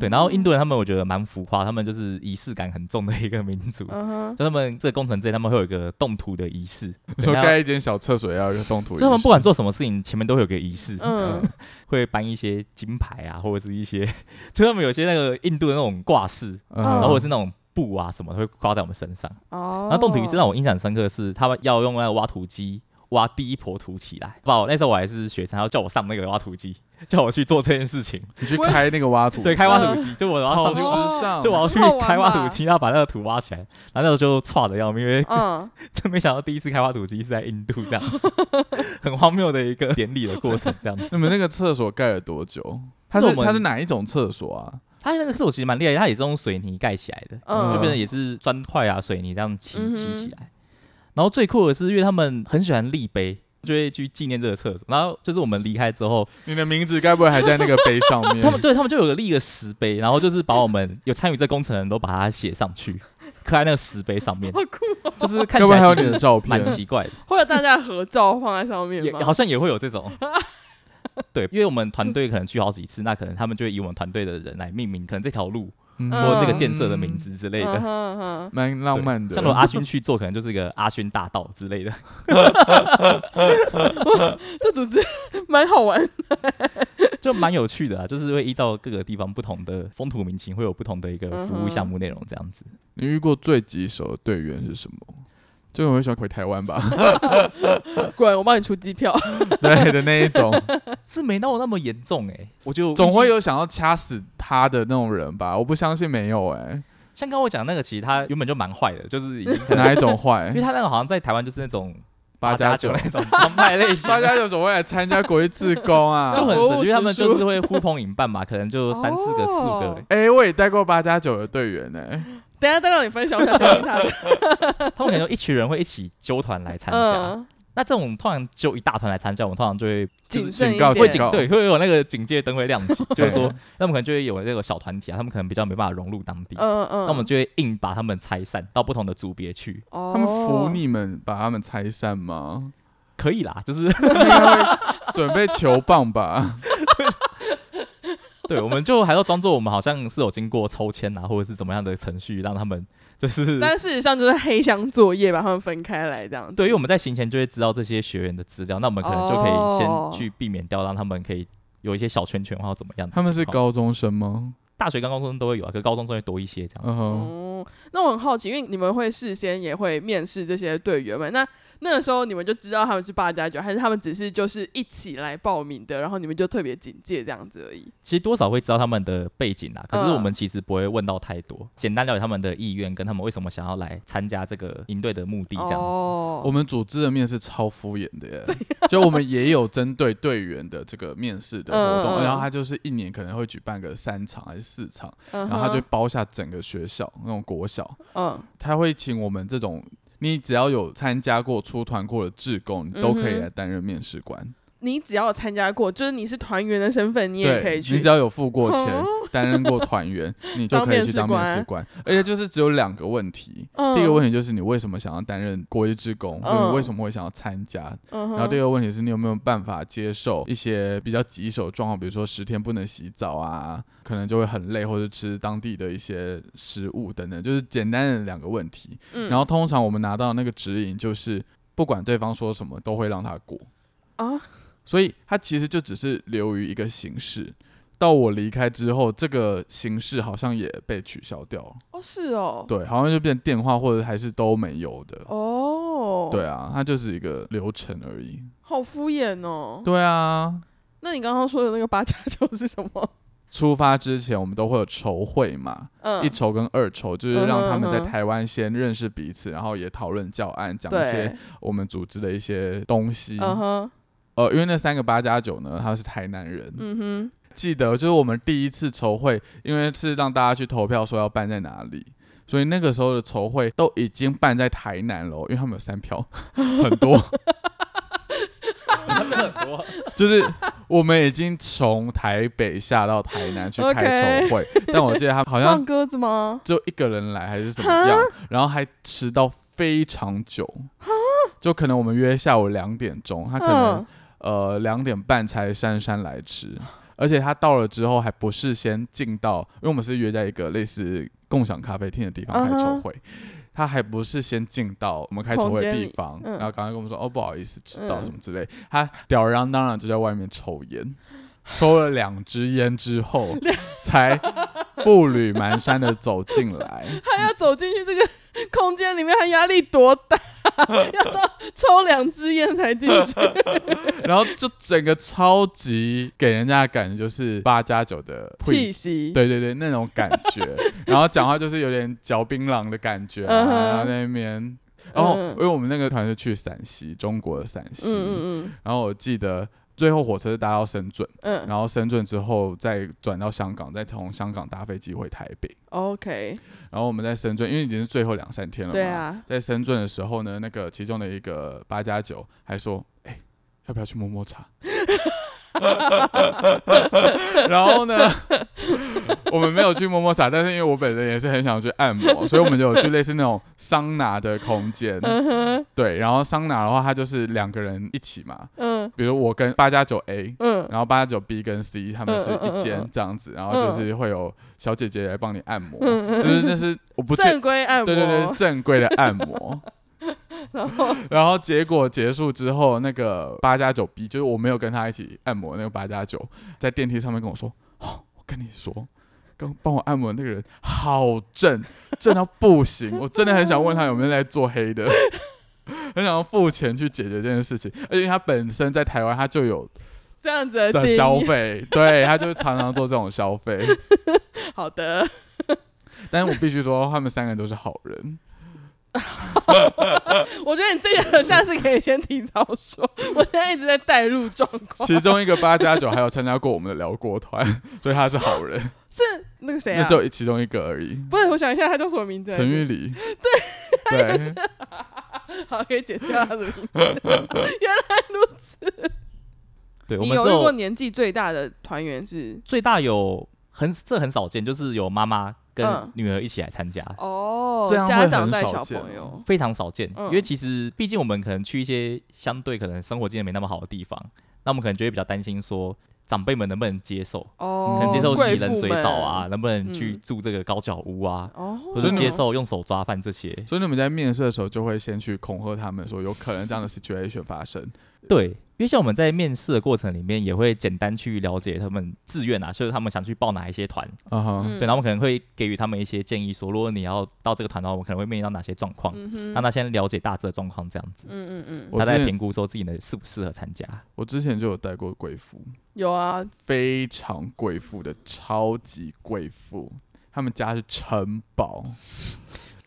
S3: 对，然后印度人他们我觉得蛮浮夸，他们就是仪式感很重的一个民族。
S1: 嗯哼，
S3: 就他们这个工程之前，他们会有一个动土的仪式，
S1: 嗯
S2: 你说
S3: 对
S2: 盖一间小厕所也要有一个动土仪
S3: 就
S2: 式，
S3: 他们不管做什么事情，前面都会有个仪式，
S1: 嗯，
S3: 会颁一些金牌啊，或者是一些， 就他们有些那个印度的那种挂饰，
S2: 嗯，
S1: 然
S3: 然后
S1: 哦
S3: 或者是那种布啊什么的，会挂在我们身上。
S1: 哦，
S3: 然后动土仪式让我印象很深刻的是，他们要用那个挖土机挖第一坨土起来。不，那时候我还是学生，他要叫我上那个挖土机， 叫我去做这件事情，
S2: 你去开那个挖土，哦
S3: 对，开挖土机，就我要
S2: 好
S3: 上去
S2: 时
S1: 去
S2: 尚，
S3: 就我要去
S1: 好玩吧
S3: 开挖土机，然后把那个土挖起来，然后那时候就差的要命，因为
S1: 嗯，
S3: 真没想到第一次开挖土机是在印度这样子，很荒谬的一个典礼的过程这样 子。
S2: 你们那个厕所盖了多久？它
S3: 那
S2: 是
S3: 我们
S2: 它是哪一种厕所啊？
S3: 它那个厕所其实蛮厉害，它也是用水泥盖起来的，
S1: 嗯
S3: 就变成也是砖块啊、水泥这样砌
S1: 嗯哼
S3: 砌起来。然后最酷的是，因为他们很喜欢立碑，就会去纪念这个厕所。然后就是我们离开之后，
S2: 你的名字该不会还在那个碑上面？
S3: 他们对他们就有个立个石碑，然后就是把我们有参与这工程的人都把它写上去，刻在那个石碑上面，
S1: 好酷哦，
S3: 就是看
S2: 该
S3: 起
S2: 不会还
S3: 来
S2: 有
S3: 其
S2: 你的
S3: 实
S2: 照片
S3: 蛮？奇怪 的。
S1: 会有大家的合照放在上面
S3: 也
S1: 吗？
S3: 好像也会有 这种。对，因为我们团队可能去好几次，那可能他们就会以我们团队的人来命名，可能这条路
S2: 嗯
S1: 嗯
S3: 或者这个建设的名字之类的
S1: 嗯。哼哼
S2: 蛮
S3: 对
S2: 浪漫的。
S3: 像如果阿勋去做，可能就是一个阿勋大道之类的。
S1: 这组织蛮好玩，
S3: 就蛮有趣的啊， 就是会依照各个地方不同的风土民情，会有不同的一
S2: 嗯
S3: 个服务项目内容这样子。
S2: 你遇过最棘手的队员是什么？就很会喜欢回台湾吧，
S1: 滚，我帮你出机票。
S2: 对的那一 种，
S3: 是没到那么严重哎、我就
S2: 总会有想要掐死他的那种人吧？我不相信没有哎、
S3: 像刚刚我讲那个，其实他原本就蛮坏的，就是 已经可能
S2: 哪一种
S3: 因
S2: 坏
S3: 为？他那个好像在台湾就是那种
S2: 八加
S3: 九
S2: 九，
S3: 那种帮派类型
S2: 八，加九总会来参加国际自工啊。
S3: 就很
S1: 国
S3: 神
S1: 务
S3: 奇，他们
S1: 实
S3: 就
S1: 属
S3: 是会呼朋引伴嘛，可能就三四个、四五
S1: 哦
S3: 个，
S2: 哎、我也带过八加九的队员欸呢、
S1: 等一下再让你分享，我想相信他。
S3: 他们可能就一群人会一起揪团来 参加。
S1: 嗯，
S3: 那这种通常揪一大团来参加，我们通常就会
S1: 谨
S2: 就是
S1: 慎
S2: 警
S1: 一
S2: 告
S1: 点。
S2: 警告
S3: 对，会有那个警戒灯会亮 起，就是说
S2: 对，
S3: 他们可能就会有那个小团体啊，他们可能比较没办法融入当地，
S1: 嗯嗯嗯，
S3: 那我们就会硬把他们拆散到不同的组别去，
S1: 他
S2: 他们
S1: 哦
S2: 服，你们把他们拆 散吗？
S3: 可以啦，就是
S2: 他们应该会 准备球棒吧？
S3: 对，我们就还要装作我们好像是有经过抽签啊，或者是怎么样的程序，让他们就是
S1: 但事实上就是黑箱作业把他们分开来这样。
S3: 对，因为我们在行前就会知道这些学员的资料，那我们可能就可以
S1: 哦
S3: 先去避免掉，让他们可以有一些小圈圈或者怎么样的情
S2: 他
S3: 况。
S2: 们是高中生吗？
S3: 大学跟高中生都会有啊，可是高中生会多一些这样。
S2: 嗯哼，
S1: 哦，那我很好奇，因为你们会事先也会面试这些队员们，那那个时候你们就知道他们是八加九，还是他们只是就是一起来报名的，然后你们就特别警戒这样子而已？
S3: 其实多少会知道他们的背景啊，可是
S1: 嗯
S3: 我们其实不会问到太多，简单了解他们的意愿跟他们为什么想要来参加这个营队的目的这样子。
S2: 我
S1: 哦，
S2: 们组织的面试超敷衍的耶，就我们也有针对队员的这个面试的活
S1: 嗯嗯
S2: 动，
S1: 嗯
S2: 然后他就是一年可能会举办个三场还是四场，
S1: 然
S2: 然后他就包下整个学校那种国小，
S1: 嗯
S2: 他会请我们这种。你只要有参加过、出团过的志工，你都可
S1: 嗯
S2: 以
S1: 哼
S2: 来担任面试官。
S1: 你只要有参加过，就是你是团员的身份，你也可以
S2: 对，
S1: 去。
S2: 你只要有付过钱
S1: 哦，
S2: 担任过团员， 你就
S1: 当
S2: 可以
S1: 面
S2: 去
S1: 试
S2: 当面
S1: 官
S2: 试官。而且就是只有两个问题，第一个问题就是你为什么想要担任国际职工，就是
S1: 嗯
S2: 你为什么会想要参加。
S1: 嗯哼，
S2: 然后第二个问题是你有没有办法接受一些比较棘手的状况，比如说十天不能洗澡啊，可能就会很累，或者吃当地的一些食物等等，就是简单的两个问题。
S1: 嗯
S2: 然后通常我们拿到那个指引就是，不管对方说什么，都会让他过。
S1: 啊，
S2: 所以它其实就只是流于一个形式。到我离开之后，这个形式好像也被取消掉了，
S1: 哦是哦，
S2: 对，好像就变电话或者还是都没有的，
S1: 哦，
S2: 对，啊，它就是一个流程而已。
S1: 好敷衍哦。
S2: 对啊，
S1: 那你刚刚说的那个八加九是什么？
S2: 出发之前我们都会有筹会嘛，
S1: 嗯，
S2: 一筹跟二筹就是让他们在
S1: 嗯哼嗯哼
S2: 台湾先认识彼此，然后也讨论教案，讲一些
S1: 对，
S2: 我们组织的一些东西。
S1: 嗯哼，
S2: 呃，因为那三个八加九呢，他是台南人，
S1: 嗯哼，
S2: 记得就是我们第一次筹会，因为是让大家去投票说要办在哪里，所以那个时候的筹会都已经办在台南了哦，因为他们有三票，很 多，
S3: 很多，
S2: 就是我们已经从台北下到台南去开
S1: OK
S2: 筹会但我记得他好像
S1: 放鸽子吗？
S2: 只有一个人来还是怎么样，然后还迟到非常久，就可能我们约下午两点钟，他可能、
S1: 嗯，
S2: 呃两点半才姗姗来迟，而且他到了之后还不是先进到，因为我们是约在一个类似共享咖啡厅的地方
S1: 嗯
S2: 开
S1: 哼
S2: 筹会他还不是先进到我们开筹会的地方，
S1: 空间里嗯
S2: 然后刚刚跟我们说哦不好意思迟到
S1: 嗯
S2: 什么之类，他吊儿郎当的就在外面抽烟，抽了两支烟 之后才步履蹒跚的走进来，
S1: 他要走进去这个空间里面，他压力多大？ 要到抽两支烟才进去。
S2: 然后就整个超级给人家的感觉就是八加九的
S1: 气息，
S2: 对对对，那种感 觉，然后讲话就是有点嚼槟榔的感觉、啊
S1: 嗯哼
S2: 然后在那边，然后、
S1: 嗯
S2: 因为我们那个团是去陕西，中国的陕西，
S1: 嗯嗯
S2: 然后我记得最后火车是搭到深圳，
S1: 嗯嗯
S2: 然后深圳之后再转到香港，再从香港搭飞机回台北，
S1: ，OK，
S2: 然后我们在深圳，因为已经是最后两三天了嘛，
S1: 对啊，
S2: 在深圳的时候呢，那个其中的一个八加九还说：“哎、要不要去摸摸茶？” 然后呢，我们没有去摸摸茶，但是因为我本人也是很想去按摩，所以我们就有去类似那种桑拿的空间。
S1: 嗯哼，
S2: 对，然后桑拿的话，它就是两个人一起嘛，
S1: 嗯
S2: 比如我跟八加九 A，
S1: 嗯
S2: 然后八九 B 跟 C 他们是一
S1: 嗯嗯嗯
S2: 间
S1: 嗯
S2: 这样子，然后就是会有小姐姐来帮你按摩，
S1: 嗯嗯
S2: 就是那是我不确
S1: 正规按摩，
S2: 对对对，是正规的按摩。
S1: 然后
S2: 然后结果结束之后，那个八加九 B，就是我没有跟他一起按摩，那个八加九在电梯上面跟我说：“ 哦，我跟你说，刚帮我按摩的那个人好正，正到不行，我真的很想问他有没有在做黑的， 很想要付钱去解决这件事情。而且他本身在台湾他就有
S1: 这样子的
S2: 的
S1: 经
S2: 消费，对，他就常常做这种消费。
S1: 好的，
S2: 但是我必须说，他们三个人都是好人。”
S1: 我觉得你这个下次可以先提早 说，我现在一直在带入状况，
S2: 其中一个八加九还有参加过我们的辽国团， 所以他是好 人，
S1: 是那个谁
S2: 那
S1: 啊
S2: 只？有其中一个而已。
S1: 不是，我想一下，他叫什么名字来着？
S2: 陈玉礼， 对对，
S1: 好，可以剪掉他的名 字。原来如此。
S3: 对，我
S1: 你
S3: 们
S1: 有
S3: 只
S1: 遇过
S3: 有
S1: 年纪最大的团员是？
S3: 最大有很这很少见，就是有妈妈跟
S1: 嗯
S3: 女儿一起来参加，
S1: 哦，
S2: 这样会
S1: 家长
S2: 很
S1: 带
S2: 少
S1: 小
S2: 见
S1: 朋友。
S3: 非常少见，
S1: 嗯
S3: 因为其实毕竟我们可能去一些相对可能生活经验没那么好的地方，那我们可能就会比较担心说长辈们能不能接受，
S1: 哦，
S3: 能接受洗
S1: 贵
S3: 冷
S1: 妇
S3: 水澡啊，
S1: 们。
S3: 能不能去
S1: 嗯
S3: 住这个高脚屋啊，
S1: 哦，
S3: 或
S2: 真
S3: 者
S2: 的
S3: 接
S2: 吗
S3: 受用手抓饭这些。
S1: 嗯
S2: 所以你们在面试的时候就会先去恐吓他们说，有可能这样的 situation 发生。
S3: 对，因为像我们在面试的过程里面，也会简单去了解他们志愿啊，就是他们想去报哪一些团，
S2: 啊哈，
S1: 嗯
S3: 对，然后我们可能会给予他们一些建议说，如果你要到这个团的话，我们可能会面临到哪些状况，
S1: 嗯哼，
S3: 让他先了解大致的状况，这样子，
S1: 嗯嗯嗯，
S2: 我
S3: 他
S2: 之
S3: 再
S2: 前
S3: 评估说自己能适不适合参加。
S2: 我之前就有带过贵妇，
S1: 有啊，
S2: 非常贵妇的超级贵妇，他们家是城堡，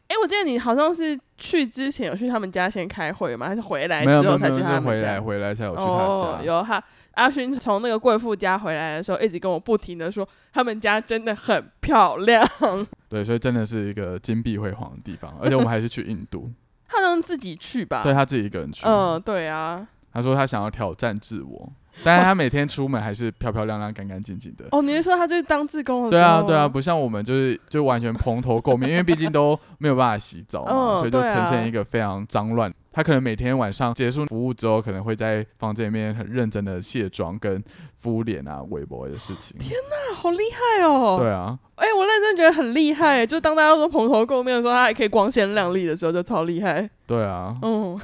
S1: 哎、我记得你好像是去之前有去他们家先开会吗？还是回来
S2: 没有
S1: 之
S2: 没有
S1: 后
S2: 没
S1: 才
S2: 有，
S1: 去他
S2: 是
S1: 们
S2: 回来
S1: 家？
S2: 回来才有去
S1: 哦
S2: 他，家。
S1: 有哈。阿勋从那个贵妇家回来的时候，一直跟我不停的说，他们家真的很漂亮。
S2: 对，所以真的是一个金碧辉 煌的地方，而且我们还是去印度，
S1: 他能自己去吧？
S2: 对他自己一个人去。
S1: 嗯，对啊，
S2: 他说他想要挑战自我，但是他每天出门还是漂漂亮亮、干干净净的。
S1: 哦，你是说他就是当志工的
S2: 对
S1: 时候
S2: 啊，
S1: 吗？
S2: 对啊，不像我们就是就完全蓬头垢面，因为毕竟都没有办法洗澡嘛，
S1: 嗯
S2: 所以就
S1: 对啊
S2: 呈现一个非常脏乱。他可能每天晚上结束服务之后，可能会在房间里面很认真的卸妆跟敷脸啊、围脖的事情。
S1: 啊好厉害哦！
S2: 对啊，
S1: 哎、我认真觉得很厉害耶，就当大家都蓬头垢面的时候，他还可以光鲜亮丽的时候，就超厉害。
S2: 对啊。
S1: 嗯，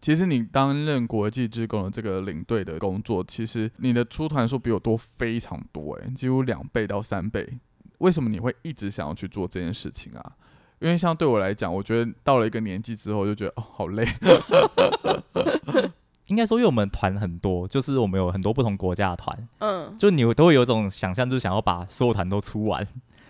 S2: 其实你担任国际职工的这个领队的工作，其实你的出团数比我多非常多、欸，几乎两倍到三倍。为什么你会一直想要去做这件事情啊？因为像对我来讲，我觉得到了一个年纪之后，就觉得哦，好累。
S3: 应该说，因为我们团很多，就是我们有很多不同国家的团，
S1: 嗯，
S3: 就你都会有一种想象，就是想要把所有团都出完，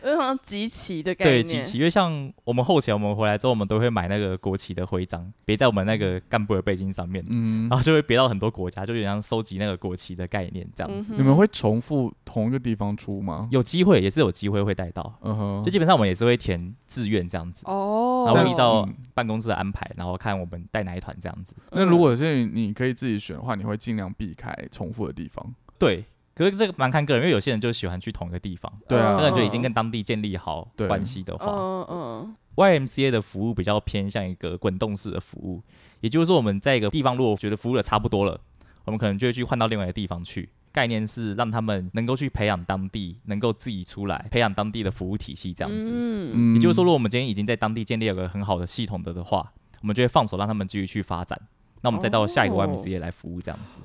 S1: 有点像集齐的概
S3: 对，
S1: 念。
S3: 集齐。因为像我们后期我们回来之后，我们都会买那个国旗的徽章，别在我们那
S1: 嗯
S3: 个干部的背巾上面，
S2: 嗯
S3: 然，后就会别到很多国家，就有点像收集那个国旗的概念这样
S1: 嗯
S3: 子。
S1: 哼
S2: 你们会重复同一个地方出
S1: 嗯
S2: 吗？
S3: 有机会也是有机会会带到，
S2: 嗯哼
S3: 就，基本上我们也是会填志愿这样子，
S1: 哦，
S3: 然后会依照
S2: 嗯
S3: 办公室的安排，然后看我们带哪一团这样子。
S1: 嗯
S2: 那如果是你可以自己选的话，你会尽量避开重复的地方。
S3: 对，可是这个蛮看个人，因为有些人就喜欢去同一个地方，
S2: 对啊
S3: 那
S2: 嗯
S3: 个人就已经跟当地建立好
S2: 对
S3: 关系的话
S1: 嗯嗯
S3: ，YMCA 的服务比较偏向一个滚动式的服务，也就是说我们在一个地方如果觉得服务的差不多了，我们可能就会去换到另外一个地方去。概念是让他们能够去培养当地，能够自己出来培养当地的服务体系这样子。
S1: 嗯
S2: 嗯
S3: 也就是说，如果我们今天已经在当地建立了个很好的系统的的话，我们就会放手让他们继续去发展。那我们再到下一个
S1: 哦
S3: YMCA 来服务这样子。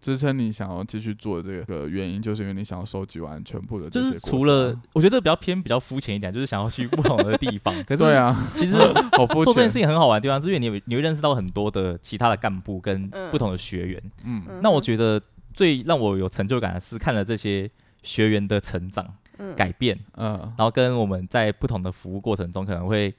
S2: 支撑你想要继续做这个呃原因，就是因为你想要收集完全部的这
S3: 就
S2: 些国家，
S3: 是除了我觉得这个比较偏比较肤浅一点，就是想要去不同的地 方。可是
S2: 对， 啊，
S3: 其实
S2: 好肤
S3: 做这件
S2: 浅
S3: 事。情很好玩的地方，是因为你有你会认识到很多的其他的干部跟
S1: 嗯
S3: 不同的学员。
S2: 嗯，
S1: 嗯，
S3: 那我觉得最让我有成就感的是看了这些学员的成长、
S1: 嗯
S3: 改变，
S2: 嗯
S3: 然后跟我们在不同的服务过程中可能会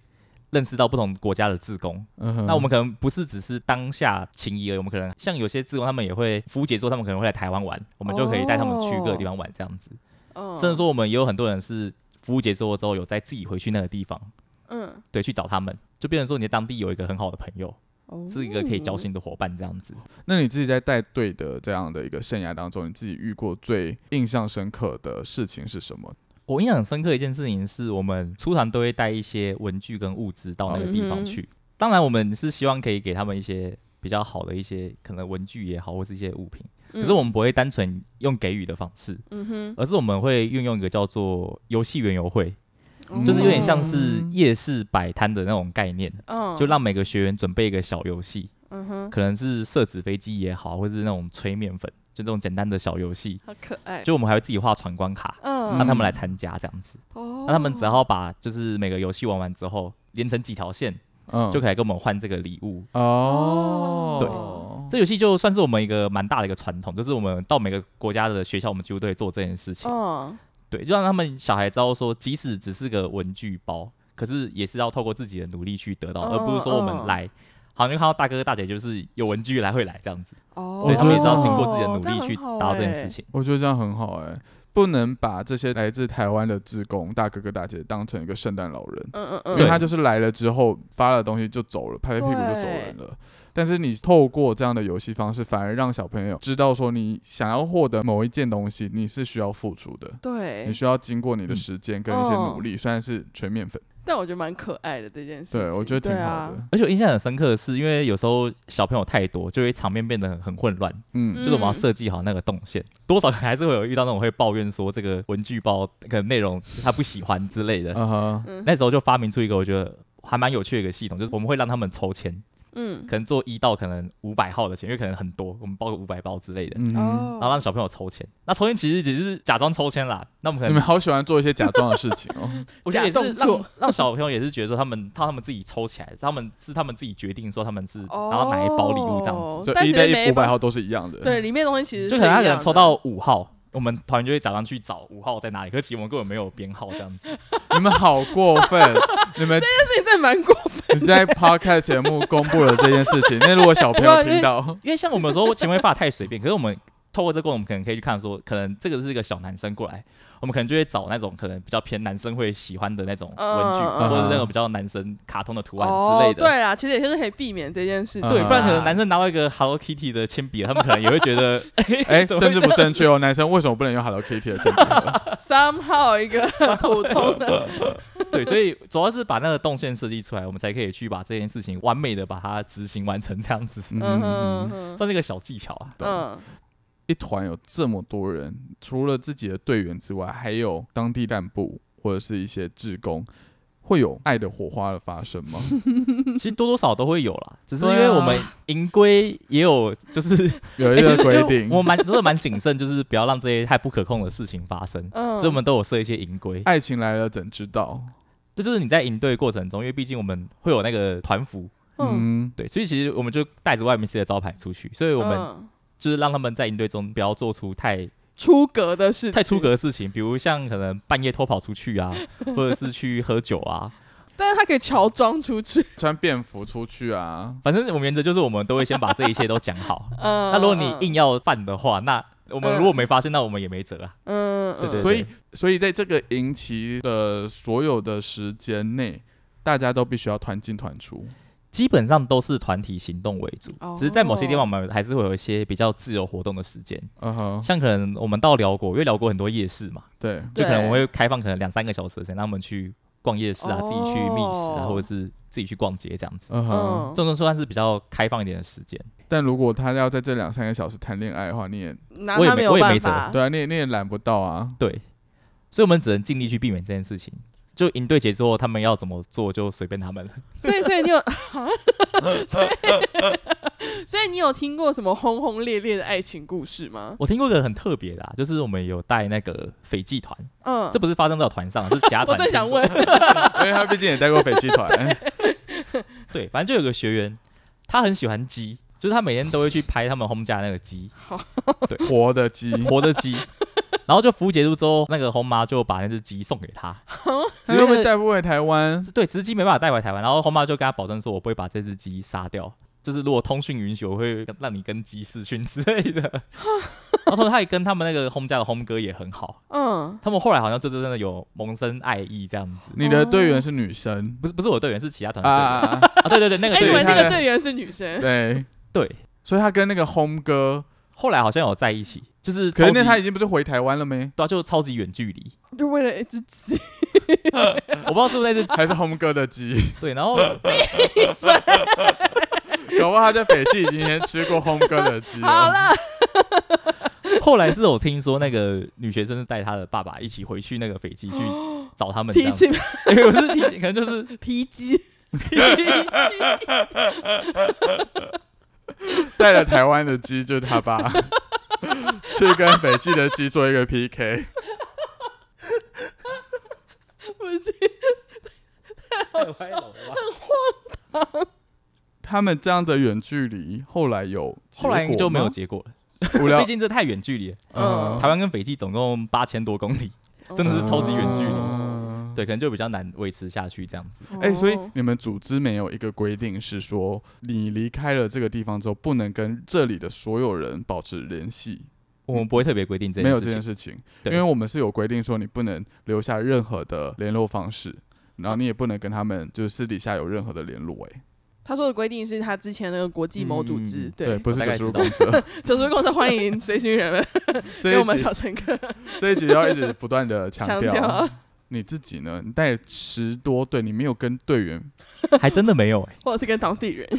S3: 认识到不同国家的志工。
S2: 嗯哼，
S3: 那我们可能不是只是当下情谊而已，我们可能像有些志工他们也会夫节做，他们可能会来台湾玩，我们就可以带他们去各个地方玩这样子。
S1: 嗯
S3: 甚至说我们也有很多人是服务结束之后有再自己回去那个地方，
S1: 嗯，
S3: 对，去找他们，就变成说你在当地有一个很好的朋友，
S1: 哦
S3: 是一个可以交。心的伙伴这样子。
S2: 那你自己在带队的这样的一个生涯当中，你自己遇过最印象深刻的事情是什么？
S3: 我印象很深刻的一件事情是，我们出团都会带一些文具跟物资到那个地方去。
S1: 嗯
S3: 当然，我们是希望可以给他们一些比较好的一些可能文具也好，或是一些物品。可
S1: 可
S3: 是我，们不会单纯用给予的方式，
S1: 嗯哼，
S3: 而是我们会运用一个叫做游戏园游会，
S2: 嗯
S3: 呃就是有点像是夜市摆摊的那种概念，
S1: 嗯，
S3: 就让每个学员准备一个小游戏，
S1: 嗯哼，
S3: 可能是射纸飞机也好，或是那种吹面粉，就这种简单的小游戏。
S1: 好可爱。
S3: 就我们还会自己画闯关卡，
S1: 嗯，
S3: 让他们来参加这样子。
S1: 哦，
S3: 那他们只要把就是每个游戏玩完之后，连成几条线，
S2: 嗯，
S3: 就可以来跟我们换这个礼物。
S2: 哦，
S3: 这游戏就算是我们一个蛮大的一个传统，就是我们到每个国家的学校，我们几乎都会做这件事情。
S1: 嗯，
S3: 对，就让他们小孩知道说，即使只是个文具包，可是也是要透过自己的努力去得到，而不是说我
S1: 嗯嗯
S3: 们来，好像就看到大哥大姐就是有文具来会来这样子。
S1: 哦，
S3: 对，他们也是要经过自己的
S1: 哦
S3: 努力去达到这
S1: 欸
S3: 件事。情。
S2: 我觉得这样很好哎、不能把这些来自台湾的志工大哥哥大姐当成一个圣诞老人，
S1: 这样很好欸嗯嗯
S2: 因
S1: 嗯，
S2: 为他就是来了之后发了东西就走了，拍拍屁股就走人了。但是你透过这样的游戏方式，反而让小朋友知道说，你想要获得某一件东西，你是需要付出的，
S1: 对
S2: 你，需要经过你的
S3: 嗯
S2: 时间跟一些努力，虽然是全面粉，
S1: 但我觉得蛮可爱的这哦件事情。
S2: 对我觉得挺
S1: 对
S2: 好
S1: 啊
S2: 的。
S3: 而且我印象很深刻的是，因为有时候小朋友太多，就会场面变得很很混乱。
S2: 嗯
S3: 就是我们要
S1: 嗯
S3: 设计好那个动线，多少还是会有遇到那种会抱怨说这个文具包可能内容他不喜欢之类的。
S2: 嗯哼，
S3: 那时候就发明出一个我觉得还蛮有趣的一个系统，就是我们会让他们抽签，
S1: 嗯，
S3: 可能做一到可能五百号的钱，因为可能很多，我们包个五百包之类的，
S2: 嗯哼，
S1: 哦，
S3: 然后让小朋友抽签。那抽签其实只是假装抽签啦，那我们可
S2: 你们
S3: 能
S2: 好喜欢做一些假装的事情 哦。
S3: 我觉得也
S1: 假
S3: 是
S1: 动作
S3: 让让小朋友也是觉得说他们他们自己抽起来，他们是他们自己决定说他们是拿
S1: 哦
S3: 到哪一包礼物这样子，
S2: 所
S1: 但
S2: 以一
S1: 其实
S2: 对
S1: 每
S2: 一
S1: 一
S2: 五百
S1: 包
S2: 号都是一样的。
S1: 对，里面的东西其实
S3: 就是可能他可
S1: 一样
S3: 能
S1: 的
S3: 抽到五号。我们团员就会假装去找五号在哪里，可是其实我们根本没有编号这样子。
S2: 你们好过分！你
S1: 这件
S2: 们
S1: 事情真的蛮过分。
S2: 你在 podcast 节目公布了这件事情，那如果小朋友听到，
S3: 因为像我们有时候行为法太随便，可是我们透过这个过程，我们可能可以去看说，可能这个是一个小男生过来，我们可能就会找那种可能比较偏男生会喜欢的那种文具，
S1: 嗯
S2: 嗯
S3: 或者是那
S2: 嗯
S3: 种比较男生卡通的图案之
S1: 哦
S3: 类，的。嗯
S1: 对啦，其实也就是可以避免这件事情啊，
S2: 对
S3: 对，不然可能男生拿到一个 Hello Kitty 的铅笔，他们可能也会觉得，
S2: 哎，
S3: 怎么会
S2: 政治不正确哦，男生为什么不能用 Hello Kitty 的铅笔盒？
S1: somehow 一个 普通 的，
S3: 对，所以主要是把那个动线设计出来，我们才可以去把这件事情完美的把它执行完成，这样子
S2: 嗯
S1: 嗯哼哼，
S3: 算是一个小技巧啊。
S2: 懂
S1: 嗯，
S2: 一团有这么多人，除了自己的队员之外，还有当地干部或者是一些志工，会有爱的火花的发生吗？
S3: 其实多多少少都会有啦，只是因
S2: 对啊
S3: 为我们营规也有就是
S2: 有一
S3: 而且
S2: 个规定，
S3: 我蛮真的蛮谨慎，就是不要让这些太不可控的事情发生。
S1: 嗯
S3: 所以我们都有设一些营规，
S2: 爱情来了怎知道？
S3: 这就是你在营队过程中，因为毕竟我们会有那个团服，
S1: 嗯，
S2: 嗯，
S3: 对，所以其实我们就带着外面 c 的招牌出去，所以我们
S1: 嗯
S3: 就是让他们在营队中不要做出太
S1: 出格的 事情，
S3: 太出格的事情，比如像可能半夜偷跑出 去啊，或者是去喝酒啊，
S1: 但是他可以乔装出去。
S2: 穿便服出去啊，
S3: 反正我们原则就是我们都会先把这一切都讲 好。
S1: 嗯，
S3: 那如果你硬要犯的话，那我们如果没发现，那我们也没辙啊。
S1: 嗯，嗯，
S3: 对对
S2: 所以所以在这个营期的所有的时间内，大家都必须要团进团出。
S3: 基本上都是团体行动为主，
S1: 哦
S3: 只是在某些地方我们还是会有一些比较自由活动的时间，
S2: 嗯哼，
S3: 像可能我们到辽国，因为辽国很多夜市嘛，
S2: 对，
S3: 就可能
S1: 对
S3: 我会开放可能两三个小时的时间，让他们去逛夜市啊，
S1: 哦
S3: 自己去觅食啊，或者是自己去逛街这样子，
S2: 嗯哼。
S1: 嗯
S3: 这，种算是比较开放一点的时间。
S2: 但如果他要在这两三个小时谈恋爱的话，你也
S1: 拿
S3: 我也
S1: 他
S3: 没
S1: 有
S3: 我也
S1: 办
S3: 没
S1: 法。
S2: 对啊，你也你也拦不到啊。
S3: 对，所以我们只能尽力去避免这件事情。就营队结束后，他们要怎么做就随便他们了。
S1: 所以，所以你有， 所以，所以你有听过什么轰轰烈烈的爱情故事吗？
S3: 我听过一个很特别的、啊，就是我们有带那个斐济团，
S1: 嗯
S3: 这，不是发生在我团上，是其 他
S1: 我
S3: 团。
S1: 正想问，
S2: 因为他毕竟也带过斐济团，
S3: 对，反正就有个学员，他很喜欢鸡，就是他每天都会去拍他们轰家那个鸡，
S2: 活的鸡，
S3: 活的 鸡。然后就服务结束之后，那个红妈就把那只鸡送给 他，
S2: 只是被带不回台湾。
S3: 对，只是鸡没办法带回台湾。然后红妈就跟他保证说，我不会把这只鸡杀掉，就是如果通讯允许，我会让你跟鸡视讯之类的。 然后同时他也跟他们那个轰家的轰哥也很好，
S1: 嗯，
S3: 他们后来好像这次真的有萌生爱意这样子。
S2: 你的队员是女生
S3: 不是不是我队员，是其他团
S2: 啊
S3: 队员啊
S2: 啊，啊
S3: 对对对，那个
S1: 哎，
S3: 队
S1: 你
S2: 所
S1: 们
S2: 以
S3: 员
S2: 他
S1: 那
S2: 的
S1: 个队员是女生，
S2: 对，
S3: 对，
S2: 所以他跟那个 Home 哥，
S3: 后来好像有在一起，就是
S2: 可
S3: 超
S2: 是
S3: 级
S2: 那他已经不是回台湾了没？
S3: 对啊、就超级远距离。
S1: 就为了一只鸡，
S3: 我不知道是不是那只
S2: 还是 Home 哥的 鸡？
S3: 对，然后
S2: 搞不好他在斐济已经先吃过 Home 哥的鸡
S1: 好
S2: 了。
S1: 了，
S3: 后来是有听说那个女学生是带她的爸爸一起回去那个斐济去找他们这
S1: 提
S3: 样子，
S1: 鸡，
S3: 因为不是提前，可能就是
S1: 提鸡，
S2: 带了台湾的鸡就是他 爸，去跟斐济的鸡做一个 PK。
S1: 不是，
S3: 太歪了吧
S2: 他们这样的远距离，后来有结
S3: 后来
S2: 果
S3: 就没有
S2: 吗
S3: 结果了，
S2: 无聊
S3: 毕，竟这太远距离了。
S1: 嗯
S3: 台湾跟斐济总共八千多公里，真的是超级远距
S2: 嗯
S3: 离。对，可能就比较难维持下去这样子。
S2: 哎、所以
S1: 哦
S2: 你们组织没有一个规定是说，你离开了这个地方之后，不能跟这里的所有人保持联系，
S3: 我们不会特别规定这
S2: 没
S3: 件
S2: 有
S3: 事
S2: 这件
S3: 情，
S2: 事情，因
S3: 对
S2: 为我们是有规定说你不能留下任何的联络方式，然
S1: 啊
S2: 后你也不能跟他们就是私底下有任何的联络、哎，
S1: 他说的规定是他之前那个国际某组织
S2: 嗯，
S1: 对，
S2: 不是
S3: 大
S2: 九
S3: 概
S2: 十五
S3: 知道
S2: 公车，
S1: 九叔公司欢迎随行人 们给
S2: 这
S1: 我
S2: 一
S1: 们
S2: 集
S1: 小乘客
S2: 这一集要一直不断的 强
S1: 强
S2: 调
S1: 调。，
S2: 你自己呢？你带十多队，你没有跟队员
S3: 还真的没有哎、
S1: 或者是跟当地人，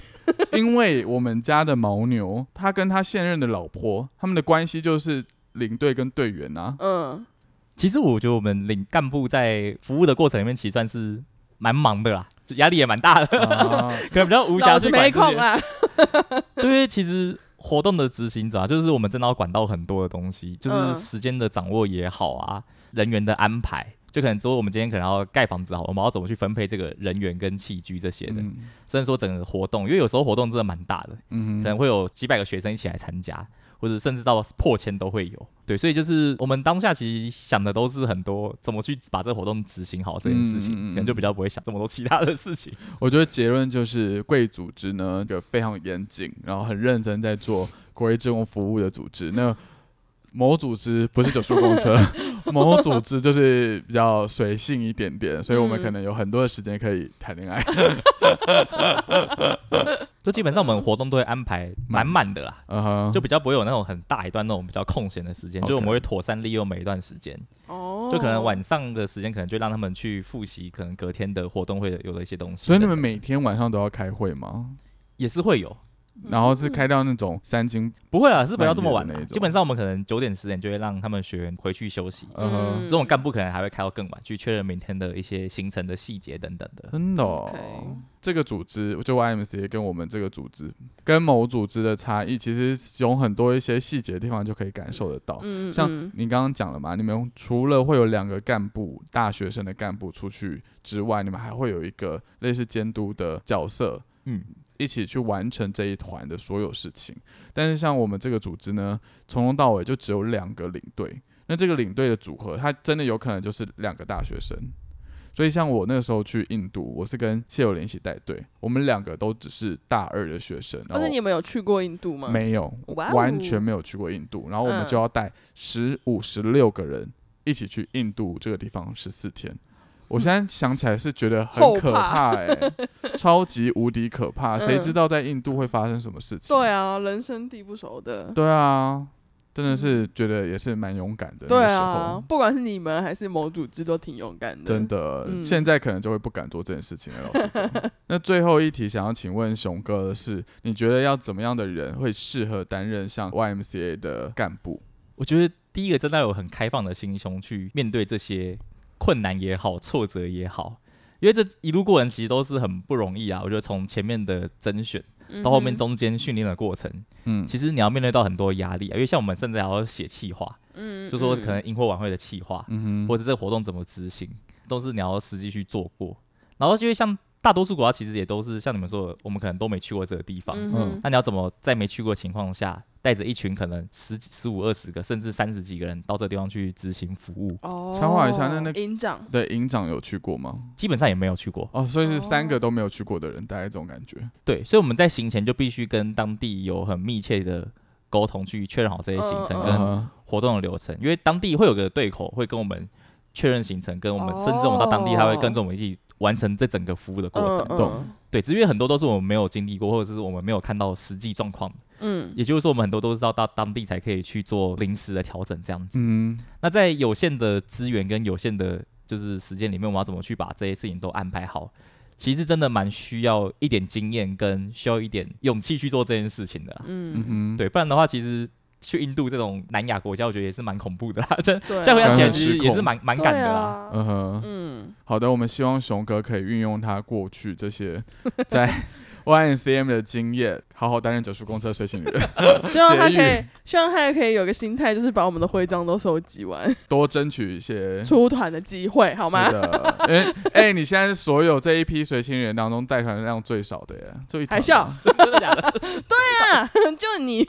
S2: 因为我们家的牦牛，他跟他现任的老婆，他们的关系就是领队跟队员啊。
S1: 嗯，
S3: 其实我觉得我们领干部在服务的过程里面，其实算是蛮忙的啦，就压力也蛮大 的，
S2: 啊
S3: 可能比较无
S1: 老
S3: 暇
S1: 子
S3: 去
S1: 没
S3: 管
S1: 空
S3: 这些。
S1: 啊，
S3: 对，因为其实活动的执行者啊，就是我们真的要管到很多的东西，就
S1: 嗯
S3: 是时间的掌握也好啊，人员的安排，就可能说我们今天可能要盖房子好了，我们要怎么去分配这个人员跟器具这些的，
S2: 嗯
S3: 甚至说整个活动，因为有时候活动真的蛮大的，可
S2: 嗯
S3: 能会有几百个学生一起来参加。或者甚至到破千都会有，对，所以就是我们当下其实想的都是很多怎么去把这个活动执行好这件事情，
S2: 嗯嗯嗯嗯
S3: 可能就比较不会想这么多其他 的事情。
S2: 我觉得结论就是贵组织呢，一个非常严谨，然后很认真在做国际志工服务的组织。那某组织不是九叔公车，某组织就是比较随性一点点，所以我们可能有很多的时间可以谈恋爱。
S3: 就基本上我们活动都会安排满满的啦，
S2: 嗯哼，
S3: 就比较不会有那种很大一段那种比较空闲的时间，就我们会妥善利用每一段时间，
S1: 哦，
S3: 就可能晚上的时间可能就让他们去复习，可能隔天的活动会有的一些东西。
S2: 所以你们每天晚上都要开会吗？
S3: 也是会有，
S1: 嗯
S2: 然后是开到那种三更，
S3: 不会啊，是不要这么晚
S2: 半夜的
S3: 啊
S2: 那种
S3: 基本上我们可能九点十点就会让他们学员回去休息，
S2: 嗯哼，
S3: 呃这种干部可能还会开到更晚，去确认明天的一些行程的细节等等的。
S2: 真的、哦。
S1: OK
S2: 这个组织就 YMCA 跟我们这个组织跟某组织的差异，其实有很多一些细节的地方就可以感受得到。
S1: 嗯，嗯
S2: 像
S1: 嗯
S2: 你刚刚讲了嘛，你们除了会有两个干部大学生的干部出去之外，你们还会有一个类似监督的角色，
S3: 嗯，
S2: 一起去完成这一团的所有事情。但是像我们这个组织呢，从头到尾就只有两个领队。那这个领队的组合，它真的有可能就是两个大学生。所以像我那时候去印度，我是跟谢友林一起带队，我们两个都只是大二的学生，然
S1: 或
S2: 后
S1: 者哦你们有去过印度吗？
S2: 没有，
S1: 哇哦，
S2: 完全没有去过印度，然后我们
S1: 嗯
S2: 就要带十五、十六个人一起去印度这个地方十四天。我现在想起来是觉得很
S1: 后
S2: 可怕
S1: 怕
S2: 哎、 超级无敌可怕！谁
S1: 嗯
S2: 知道在印度会发生什么事情？
S1: 对啊，人生地不熟的。
S2: 对啊，真的是觉得也是蛮勇敢的。
S1: 对
S2: 那时
S1: 啊
S2: 候，
S1: 不管是你们还是某组织，都挺勇敢的。
S2: 真，的，
S1: 嗯
S2: 现在可能就会不敢做这件事情了。老实 讲，那最后一题想要请问熊哥的是，你觉得要怎么样的人会适合担任像 YMCA 的干部？
S3: 我觉得第一个真的要有很开放的心胸去面对这些困难也好、挫折也好，因为这一路过程其实都是很不容易啊。我觉得从前面的甄选
S1: 嗯
S3: 到后面，中间训练的过程，
S2: 嗯，
S3: 其实你要面对到很多压力啊。因为像我们甚至还要写企划，
S1: 嗯
S3: 就说可能萤火晚会的企划，
S2: 嗯哼，
S3: 或者这个活动怎么执行，都是你要实际去做过。然后因为像大多数国家其实也都是像你们说的，我们可能都没去过这个地方，
S1: 嗯
S2: 嗯
S1: 哼
S3: 那你要怎么在没去过的情况下，带着一群可能十几、十五、二十个，甚至三十几个人到这地方去执行服务？
S1: 哦，
S2: 插话一下那那
S1: 营长，
S2: 对，营长有去过吗？
S3: 基本上也没有去过。
S2: 哦，所以是三个
S1: 哦
S2: 都没有去过的人，大概这种感觉。
S3: 对，所以我们在行前就必须跟当地有很密切的沟通，去确认好这些行程
S1: 嗯
S3: 跟
S2: 嗯
S3: 活动的流程，因为当地会有个对口会跟我们确认行程，跟我们
S1: 哦
S3: 甚至我们到当地他会跟着我们一起完成这整个服务的过程。
S1: 嗯
S2: 懂
S3: 对，只是因为很多都是我们没有经历过，或者是我们没有看到实际状况的，
S1: 嗯，
S3: 也就是说我们很多都是到到当地才可以去做临时的调整这样子。
S2: 嗯，
S3: 那在有限的资源跟有限的，就是时间里面，我们要怎么去把这些事情都安排好？其实真的蛮需要一点经验，跟需要一点勇气去做这件事情的啦、
S2: 嗯
S1: 嗯
S2: 哼，
S3: 对，不然的话，其实去印度这种南亚国家，我觉得也是蛮恐怖的啦。真
S1: 对啊，
S3: 这样回想起来，
S2: 很
S3: 其
S2: 失
S3: 实也是
S2: 控
S3: 蛮蛮
S1: 对
S3: 赶的啦。
S1: 啊，
S2: 嗯哼，
S1: 嗯，
S2: 好的，我们希望熊哥可以运用他过去这些 在 YNCM 的经验，好好担任九叔公车随行员，
S1: 希望 他可
S2: 节
S1: 以，希望他可以有个心态，就是把我们的徽章都收集完，
S2: 多争取一些。
S1: 出团的机会，好吗
S2: 是？的，哎、哎、你现在是所有这一批随行员当中带团量最少的耶，就一团
S1: 海啸
S2: 吧，
S3: 真的假的？
S1: 啊， 就你，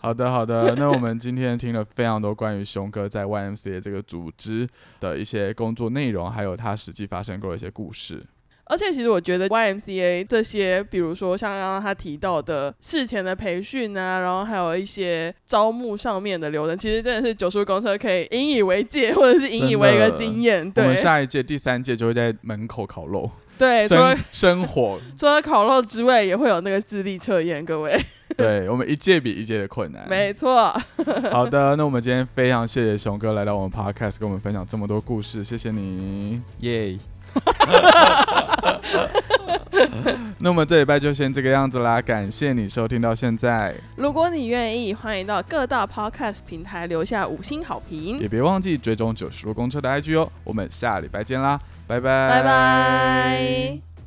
S2: 好的，好的。那我们今天听了非常多关于熊哥在 YMCA 这个组织的一些工作内容，还有他实际发生过的一些故事。
S1: 而且其实我觉得 YMCA 这些，比如说像刚刚他提到的事前的培训啊，然后还有一些招募上面的流程，其实真的是九叔公车可以引以为戒，或者是引以为一个经验。
S2: 我
S1: 对
S2: 们下一届第三届就会在门口烤肉，
S1: 对，除了
S2: 生生火，
S1: 除了烤肉之外，也会有那个智力测验，各位，
S2: 对我们一届比一届的困难。
S1: 没错，
S2: 好的，那我们今天非常谢谢熊哥来到我们 podcast 跟我们分享这么多故事，谢谢你。
S3: 耶、
S2: 那我们这礼拜就先这个样子啦，感谢你收听到现在，
S1: 如果你愿意，欢迎到各大 podcast 平台留下五星好评
S2: 也。别忘记追踪九十路公车的 IG 哦。我们下礼拜见啦，拜拜，
S1: 拜拜。